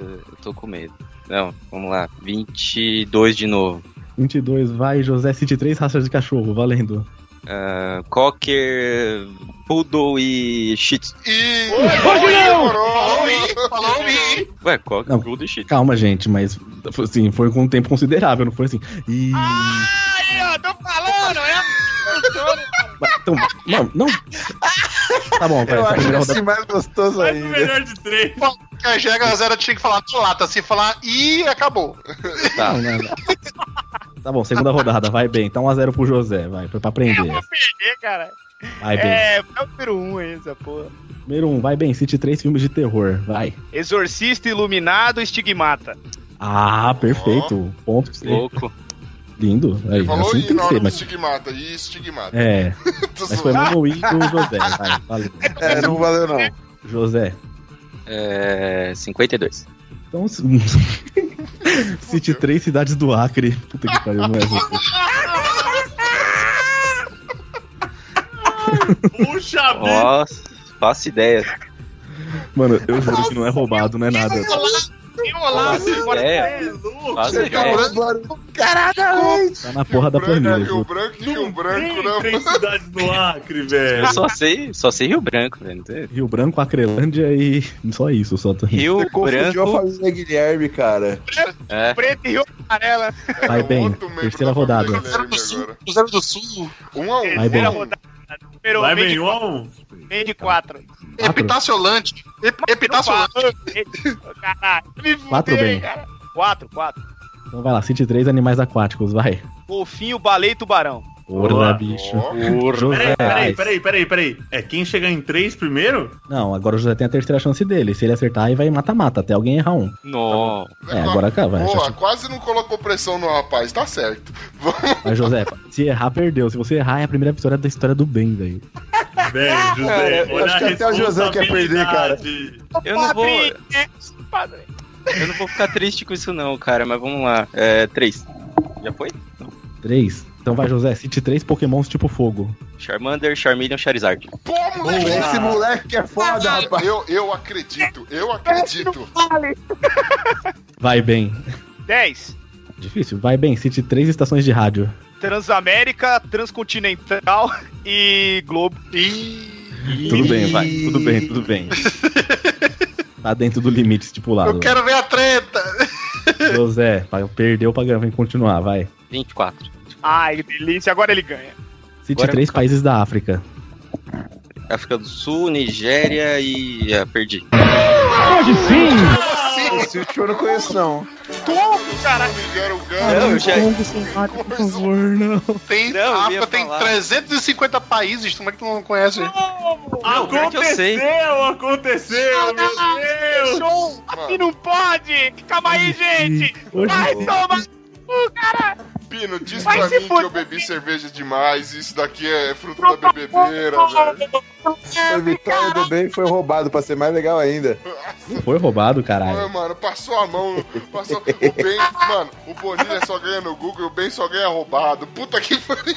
S19: eu tô com medo. Não, vamos lá. 22 de novo.
S9: 22, vai, José, cite três raças de cachorro, valendo.
S19: Ah, Cocker, Poodle e Shih Tzu.
S1: Falou
S19: Ué, Cocker,
S9: Não,
S19: Poodle e Shih Tzu.
S9: calma, gente, mas assim, foi com um tempo considerável, não foi assim. Ih,
S2: Aí, ó, tô falando, é?
S9: mas- então, mano, não. Tá bom, vai.
S4: Eu
S9: essa primeira
S4: acho assim
S9: rodada-
S4: mais gostoso ainda.
S7: de três.
S3: Que a Jega Zero tinha que falar na lata. Se falar e acabou.
S9: Não, não, não. Tá bom, segunda rodada, vai bem. Tá 1x0 pro José, vai, pra pra aprender.
S2: Perder, É, cara.
S9: Vai bem.
S2: é, é o número 1 um aí, essa porra.
S9: Número 1, um, vai bem, cite três filmes de terror, vai.
S2: Exorcista, Iluminado, Estigmata.
S9: Ah, perfeito. Ponto pra você.
S2: Louco.
S9: Lindo. Aí,
S1: Falou
S9: assim
S1: e
S9: tem
S1: na
S9: que
S1: hora
S9: ser,
S1: do
S9: mas...
S1: estigmata. E estigmata.
S9: É.
S1: Tô
S9: Mas foi
S1: zoando.
S9: mesmo o I do José. Vai, valeu.
S4: É, não valeu não.
S9: José.
S19: É, 52.
S9: Então, cite três cidades do Acre. Puta que pariu, não é José.
S7: Puxa vida.
S19: Nossa, faço ideia.
S9: Mano, eu juro que não é roubado, não é nada.
S2: Enrolado,
S19: É, faço
S4: Você tá
S19: ideia.
S4: falando- Caraca,
S9: Tá na porra da planilha. viu?
S1: um Branco e Rio Branco,
S7: Tem
S1: né?
S7: três cidades do Acre, velho.
S19: Eu só sei, só sei Rio Branco, velho. não tem-
S9: Rio Branco, Acrelândia e. Só isso, só.
S19: Rio
S4: Confundiu a
S19: Branco.
S4: família é Guilherme, cara.
S19: É.
S2: Preto e Rio Amarela.
S9: Vai bem, terceira rodada.
S3: Cruzeiro do Sul.
S1: Um a um.
S9: Vai bem.
S1: um a um.
S2: Número
S7: Vai
S2: 1,
S7: bem,
S2: meio
S7: um a um. Tá
S2: de- meio de 4.
S3: Epitaciolante. Ep- Epitaciolante.
S2: Caralho. me fudei,
S9: Quatro bem.
S2: cara. 4, 4.
S9: Então vai lá, cite três animais aquáticos, vai.
S2: Golfinho, baleia e tubarão.
S9: Porra, bicho. José.
S7: Peraí, peraí, peraí, peraí, peraí. É quem chegar em três primeiro?
S9: Não, agora o José tem a terceira chance dele. Se ele acertar, aí vai mata-mata, até alguém errar um.
S7: Não.
S9: É, agora cá, vai. já-
S1: Porra, quase não colocou pressão no rapaz, tá certo.
S9: Mas, José, se errar, perdeu. Se você errar, é a primeira vitória da história do bem, velho.
S7: Bem,
S4: Cara, eu acho que até o José quer perder, cara.
S19: Eu não vou. Eu não vou ficar triste com isso, não, cara, mas vamos lá. É, três. Já foi?
S9: Três. Então vai, José, cite três pokémons tipo fogo.
S19: Charmander, Charmeleon, Charizard.
S2: é
S1: Pô, moleque!
S4: Esse moleque é foda, rapaz.
S1: Eu, eu acredito, eu acredito.
S9: Vai bem.
S2: 10.
S9: Difícil. Vai bem, cite três estações de rádio.
S2: Transamérica, Transcontinental e Globo.
S9: Tudo bem, vai. Tudo bem, tudo bem. Tá dentro do limite estipulado.
S3: Eu quero ver a treta.
S9: José, pa- perdeu pra ganhar, vem continuar, vai.
S19: 24.
S2: Ai, que delícia. Agora ele ganha.
S9: Cite
S19: Agora-
S9: três países da África.
S19: África do Sul, Nigéria e. Ah, perdi.
S9: Hoje sim!
S4: Esse último eu não conheço, não.
S2: Como, caralho?
S19: Não, eu já-
S9: por favor, não.
S3: Tem,
S19: eu
S3: a
S19: ia
S3: África tem
S19: falar.
S3: 350 países, como é que tu não conhece?
S19: Ah, o pior que eu sei.
S7: aconteceu, meu Deus!
S2: Show! Aqui não pode! Calma aí, gente! Vai tomar o cara!
S1: Pino, diz
S2: Vai
S1: pra
S2: se
S1: mim que
S2: fuder.
S1: eu bebi cerveja demais, isso daqui é fruto da bebedeira, velho. É
S4: A vitória do bem foi roubado pra ser mais legal ainda.
S9: Foi roubado, caralho.
S1: Ah, mano, passou a mão, passou. O Ben, mano, o Bonilha só ganha no Google e o Ben só ganha roubado. Puta que pariu.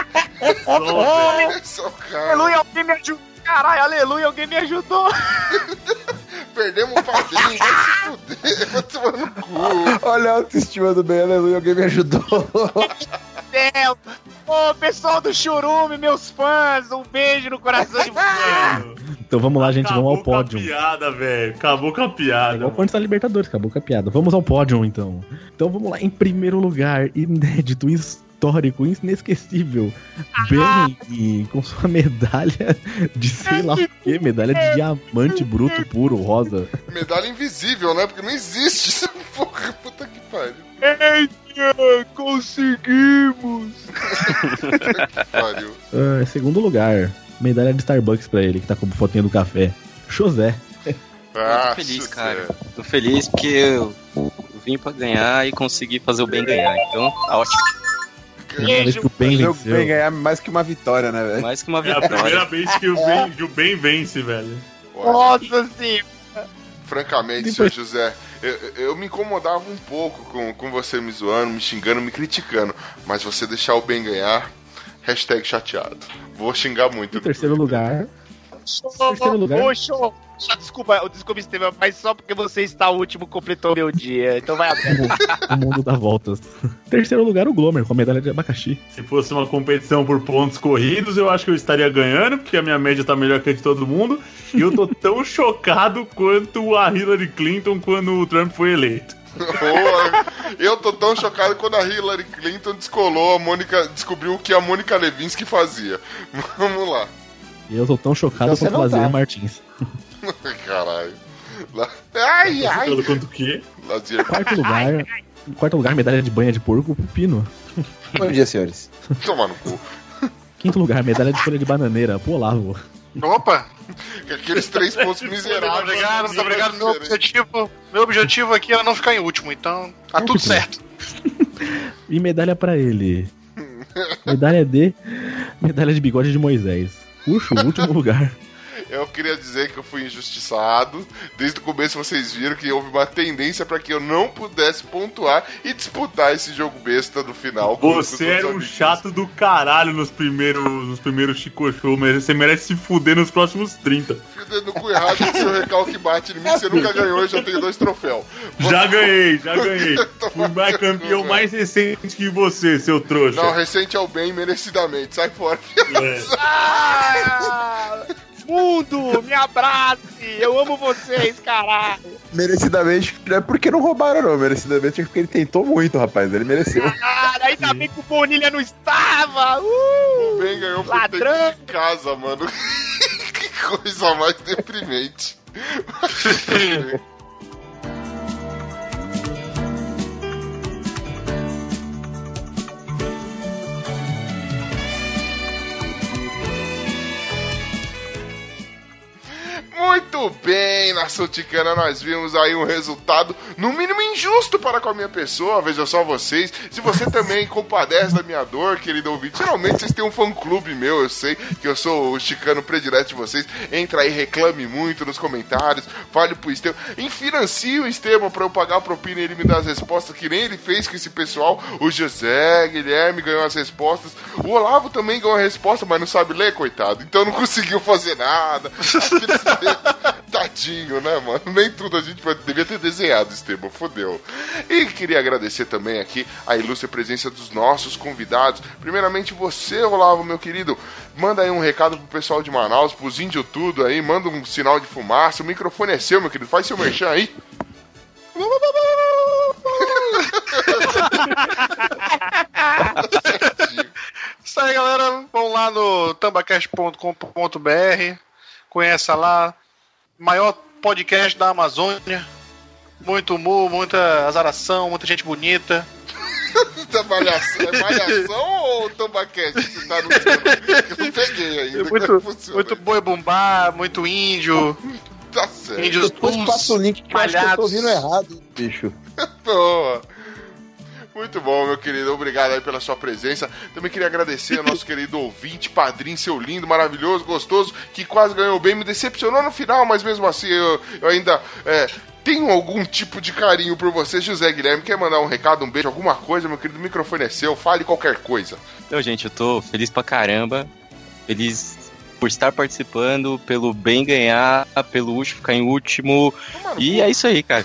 S1: Olha só, cara.
S2: Aleluia, alguém me ajudou! Caralho, aleluia, alguém me ajudou!
S1: Perdemos o padrinho, vai se fuder, vai tomar no cu.
S4: Olha a autoestima do bem, aleluia, alguém me ajudou.
S2: Céu! Ô, pessoal do Churume, meus fãs, um beijo no coração de vocês!
S9: Então vamos lá, gente, vamos ao pódio.
S7: Piada, velho. Acabou com a piada.
S9: É Igual quando está Libertadores, acabou com a piada. Vamos ao pódio, então. Então vamos lá, em primeiro lugar, inédito, histórico, inesquecível. Bem, com sua medalha de sei lá o que, medalha de diamante bruto puro, rosa.
S1: Medalha invisível, né? Porque não existe essa porra, puta que pariu.
S2: Eita, conseguimos!
S1: Pariu.
S9: Ah, em segundo lugar, medalha de Starbucks pra ele, que tá com fotinha do café. José.
S1: Ah,
S19: tô feliz, cara. Tô feliz porque eu vim pra ganhar e consegui fazer o bem ganhar. Então, tá ótimo.
S4: Primeira vez que o Ben
S9: venceu.
S4: Ben ganhar mais que uma vitória, né, velho?
S19: Mais que uma
S7: É a primeira vez que o
S4: É.
S7: Ben, que o Ben vence, velho.
S2: Nossa senhora!
S1: Francamente, senhor José, eu, eu me incomodava um pouco com, com você me zoando, me xingando, me criticando. Mas você deixar o bem ganhar, hashtag chateado. Vou xingar muito.
S9: Em terceiro lugar, Terceiro lugar.
S2: Poxa, desculpa, eu- desculpa, Estevam, mas só porque você está o último completou meu dia. Então vai
S9: o mu- o mundo dá voltas. Em terceiro lugar, o Glomer, com a medalha de abacaxi.
S7: Se fosse uma competição por pontos corridos, eu acho que eu estaria ganhando, porque a minha média tá melhor que a de todo mundo. E eu tô tão chocado quanto a Hillary Clinton quando o Trump foi eleito.
S1: Boa. Eu tô tão chocado quando a Hillary Clinton descolou a Mônica, descobriu o que a Mônica Levinsky fazia. Vamos lá.
S9: E eu tô tão chocado
S1: Então você
S9: quanto
S1: não
S9: Lazer
S1: tá.
S9: Martins.
S1: Caralho. La- Ai, ai.
S7: Quanto que?
S1: Lazier.
S9: Quarto lugar, em quarto lugar, medalha de banha de porco pro Pino.
S4: Bom dia, senhores.
S1: Toma no cu.
S9: Quinto lugar, medalha de folha de bananeira pro Olavo.
S3: Opa!
S1: Aqueles três pontos miseráveis.
S3: Muito obrigado, muito obrigado. Meu objetivo, meu objetivo aqui era não ficar em último, então tá tudo certo.
S9: E medalha pra ele. Medalha de. Medalha de bigode de Moisés. Puxa, o último lugar.
S1: Eu queria dizer que eu fui injustiçado. Desde o começo vocês viram que houve uma tendência pra que eu não pudesse pontuar e disputar esse jogo besta do final. com- com os
S7: Você
S1: outros
S7: era um
S1: amigos.
S7: chato do caralho nos primeiros, nos primeiros Chico Show, mas você merece se fuder nos próximos 30.
S1: Fio dedo no cu errado que seu recalque bate em mim, que você nunca ganhou e já tem dois troféus.
S7: Já ganhei, já ganhei. Fui mais campeão mais recente que você, seu trouxa. É.
S1: Não, recente ao bem, merecidamente. Sai fora.
S2: Mundo, me abrace! Eu amo vocês, caralho!
S4: Merecidamente, não é porque não roubaram, não. Merecidamente é porque ele tentou muito, rapaz. Ele mereceu.
S2: Cara, ainda bem que o Bonilha não estava! Uh!
S1: O Ben ganhou por
S2: Ladrão!
S1: ter que ir em casa, mano. que coisa mais deprimente. Muito bem, nação ticana, nós vimos aí um resultado, no mínimo injusto para com a minha pessoa, veja só vocês. Se você também compadece da minha dor, querido ouvinte, geralmente vocês têm um fã-clube meu, eu sei que eu sou o chicano predileto de vocês. Entra aí, reclame muito nos comentários, fale pro Estevam. Enfinancie o Estevam pra eu pagar a propina e ele me dar as respostas que nem ele fez com esse pessoal. O José Guilherme ganhou as respostas. O Olavo também ganhou a resposta, mas não sabe ler, coitado. Então não conseguiu fazer nada. Aqueles dedos. Tadinho, né, mano? Nem tudo a gente vai- devia ter desenhado, Estevam. Fodeu. E queria agradecer também aqui a ilustre presença dos nossos convidados. Primeiramente, você, Olavo, meu querido. Manda aí um recado pro pessoal de Manaus, pros índios tudo aí. Manda um sinal de fumaça. O microfone é seu, meu querido. Faz seu merchan aí.
S3: Isso aí, galera. Vão lá no tambacast.com.br. Conheça lá. Maior podcast da Amazônia. Muito humor, muita azaração, muita gente bonita.
S1: Malhação, é malhação ou tambaquete? Você tá no Eu não peguei ainda.
S3: É
S1: é
S3: Muito, muito boi bumbá, muito índio.
S1: Tá certo.
S3: Índios
S6: Depois passa o link que eu acho que eu tô
S3: malhados.
S6: ouvindo errado.
S4: Bicho.
S1: Boa. Muito bom, meu querido. Obrigado aí pela sua presença. Também queria agradecer ao nosso querido ouvinte, padrinho, seu lindo, maravilhoso, gostoso, que quase ganhou bem, me decepcionou no final, mas mesmo assim eu, eu ainda é, tenho algum tipo de carinho por você, José Guilherme. Quer mandar um recado, um beijo, alguma coisa, meu querido? O microfone é seu, fale qualquer coisa.
S19: Então, gente, eu tô feliz pra caramba. Feliz por estar participando, pelo bem ganhar, pelo último ficar em último. E é isso aí, cara.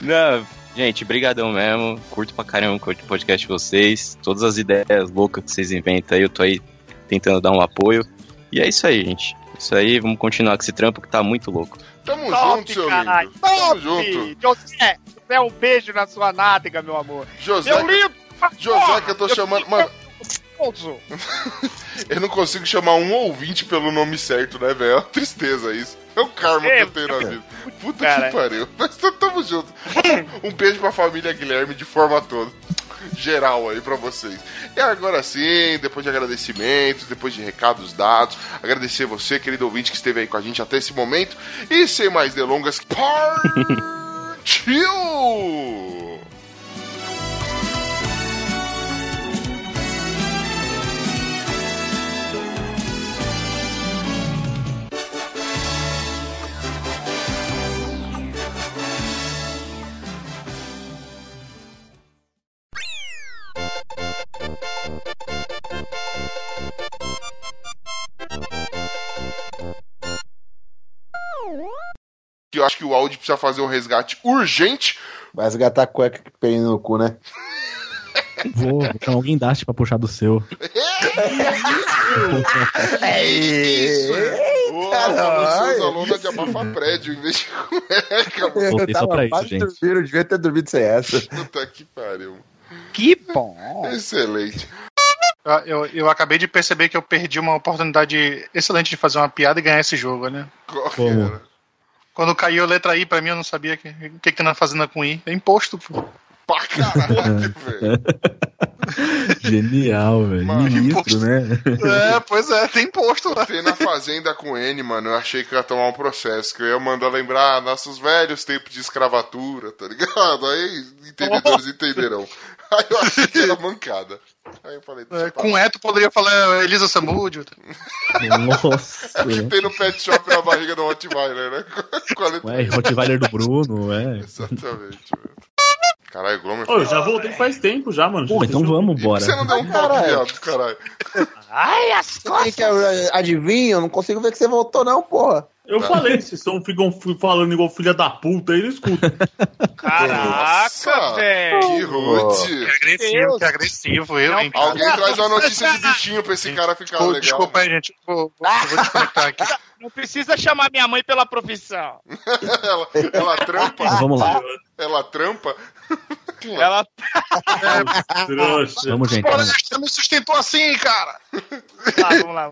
S19: Não, gente, brigadão mesmo. Curto pra caramba, curto o podcast de vocês. Todas as ideias loucas que vocês inventam aí, eu tô aí tentando dar um apoio. E é isso aí, gente. É Isso aí, vamos continuar com esse trampo que tá muito louco.
S1: Tamo
S2: Top,
S1: junto, seu
S2: caralho.
S1: lindo.
S2: Top!
S1: Tamo junto.
S2: José, José, um beijo na sua nádega, meu amor.
S1: José,
S2: meu lindo!
S1: José, que eu tô chamando. Mano,
S2: Pouso.
S1: eu não consigo chamar um ouvinte pelo nome certo, né, velho? É uma tristeza isso. É o karma que eu tenho na vida. Puta
S2: Cara.
S1: que pariu. Mas t- tamo junto. Um beijo pra família Guilherme de forma toda. Geral aí pra vocês. E agora sim, depois de agradecimentos, depois de recados dados, agradecer você, querido ouvinte, que esteve aí com a gente até esse momento. E sem mais delongas, partiu! Que eu acho que o áudio precisa fazer um resgate urgente.
S6: Vai resgatar a cueca que tem no cu, né?
S9: Vou, vou chamar alguém daste pra puxar do seu.
S6: É né?
S1: Caralho,
S6: Caralho.
S1: é. seus alunos de abafar prédio em vez de cueca, mano.
S9: Voltei só pra isso,
S6: quase
S9: gente.
S6: dormindo, eu devia ter dormido sem essa.
S1: Puta que pariu.
S2: Que bom.
S1: Excelente.
S3: Ah, Eu, eu acabei de perceber que eu perdi uma oportunidade excelente de fazer uma piada e ganhar esse jogo, né?
S9: Como?
S3: Quando caiu a letra I pra mim, eu não sabia o que, o que, que tem na fazenda com I. É imposto, pô.
S1: Pra caralho, velho.
S9: Genial, velho. Ministro, né?
S3: É, pois é, tem imposto lá.
S1: Tem na Fazenda com N, mano. Eu achei que ia tomar um processo, que eu ia mandar lembrar nossos velhos tempos de escravatura, tá ligado? Aí entendedores entenderão. Aí eu achei que era mancada. Aí eu falei, deixa
S3: É,
S1: eu parar.
S3: com E tu poderia falar Elisa tá? Samúdio.
S9: Nossa.
S1: É o que tem no pet shop na barriga do Rottweiler, né? Com a letra-
S9: Ué, É, Rottweiler do Bruno, é.
S1: Exatamente, velho. Caralho, é Glomer.
S7: Ô, eu já voltei faz tempo já, mano.
S9: Pô, então vamos, bora.
S1: Você não deu um toque, viado, caralho.
S2: Ai, as
S6: Você que eh, adivinha? Eu não consigo ver que você voltou, não, porra.
S7: Eu falei, vocês estão ficam f- falando igual filha da puta, aí não escuta.
S2: Caraca, velho.
S1: Que rude.
S3: Agressivo, que é agressivo, eu, hein?
S1: Alguém traz uma notícia de bichinho pra esse cara ficar
S3: Pô,
S1: legal.
S3: Desculpa aí, gente. Vou, vou, vou desconectar aqui.
S2: Não precisa chamar minha mãe pela profissão.
S1: ela, ela trampa?
S9: Vamos lá.
S1: Ela trampa?
S2: Ela
S7: Trouxa.
S9: Vamos, gente.
S3: Porra,
S9: Vamos.
S3: você me sustentou assim, cara.
S2: tá, vamos lá.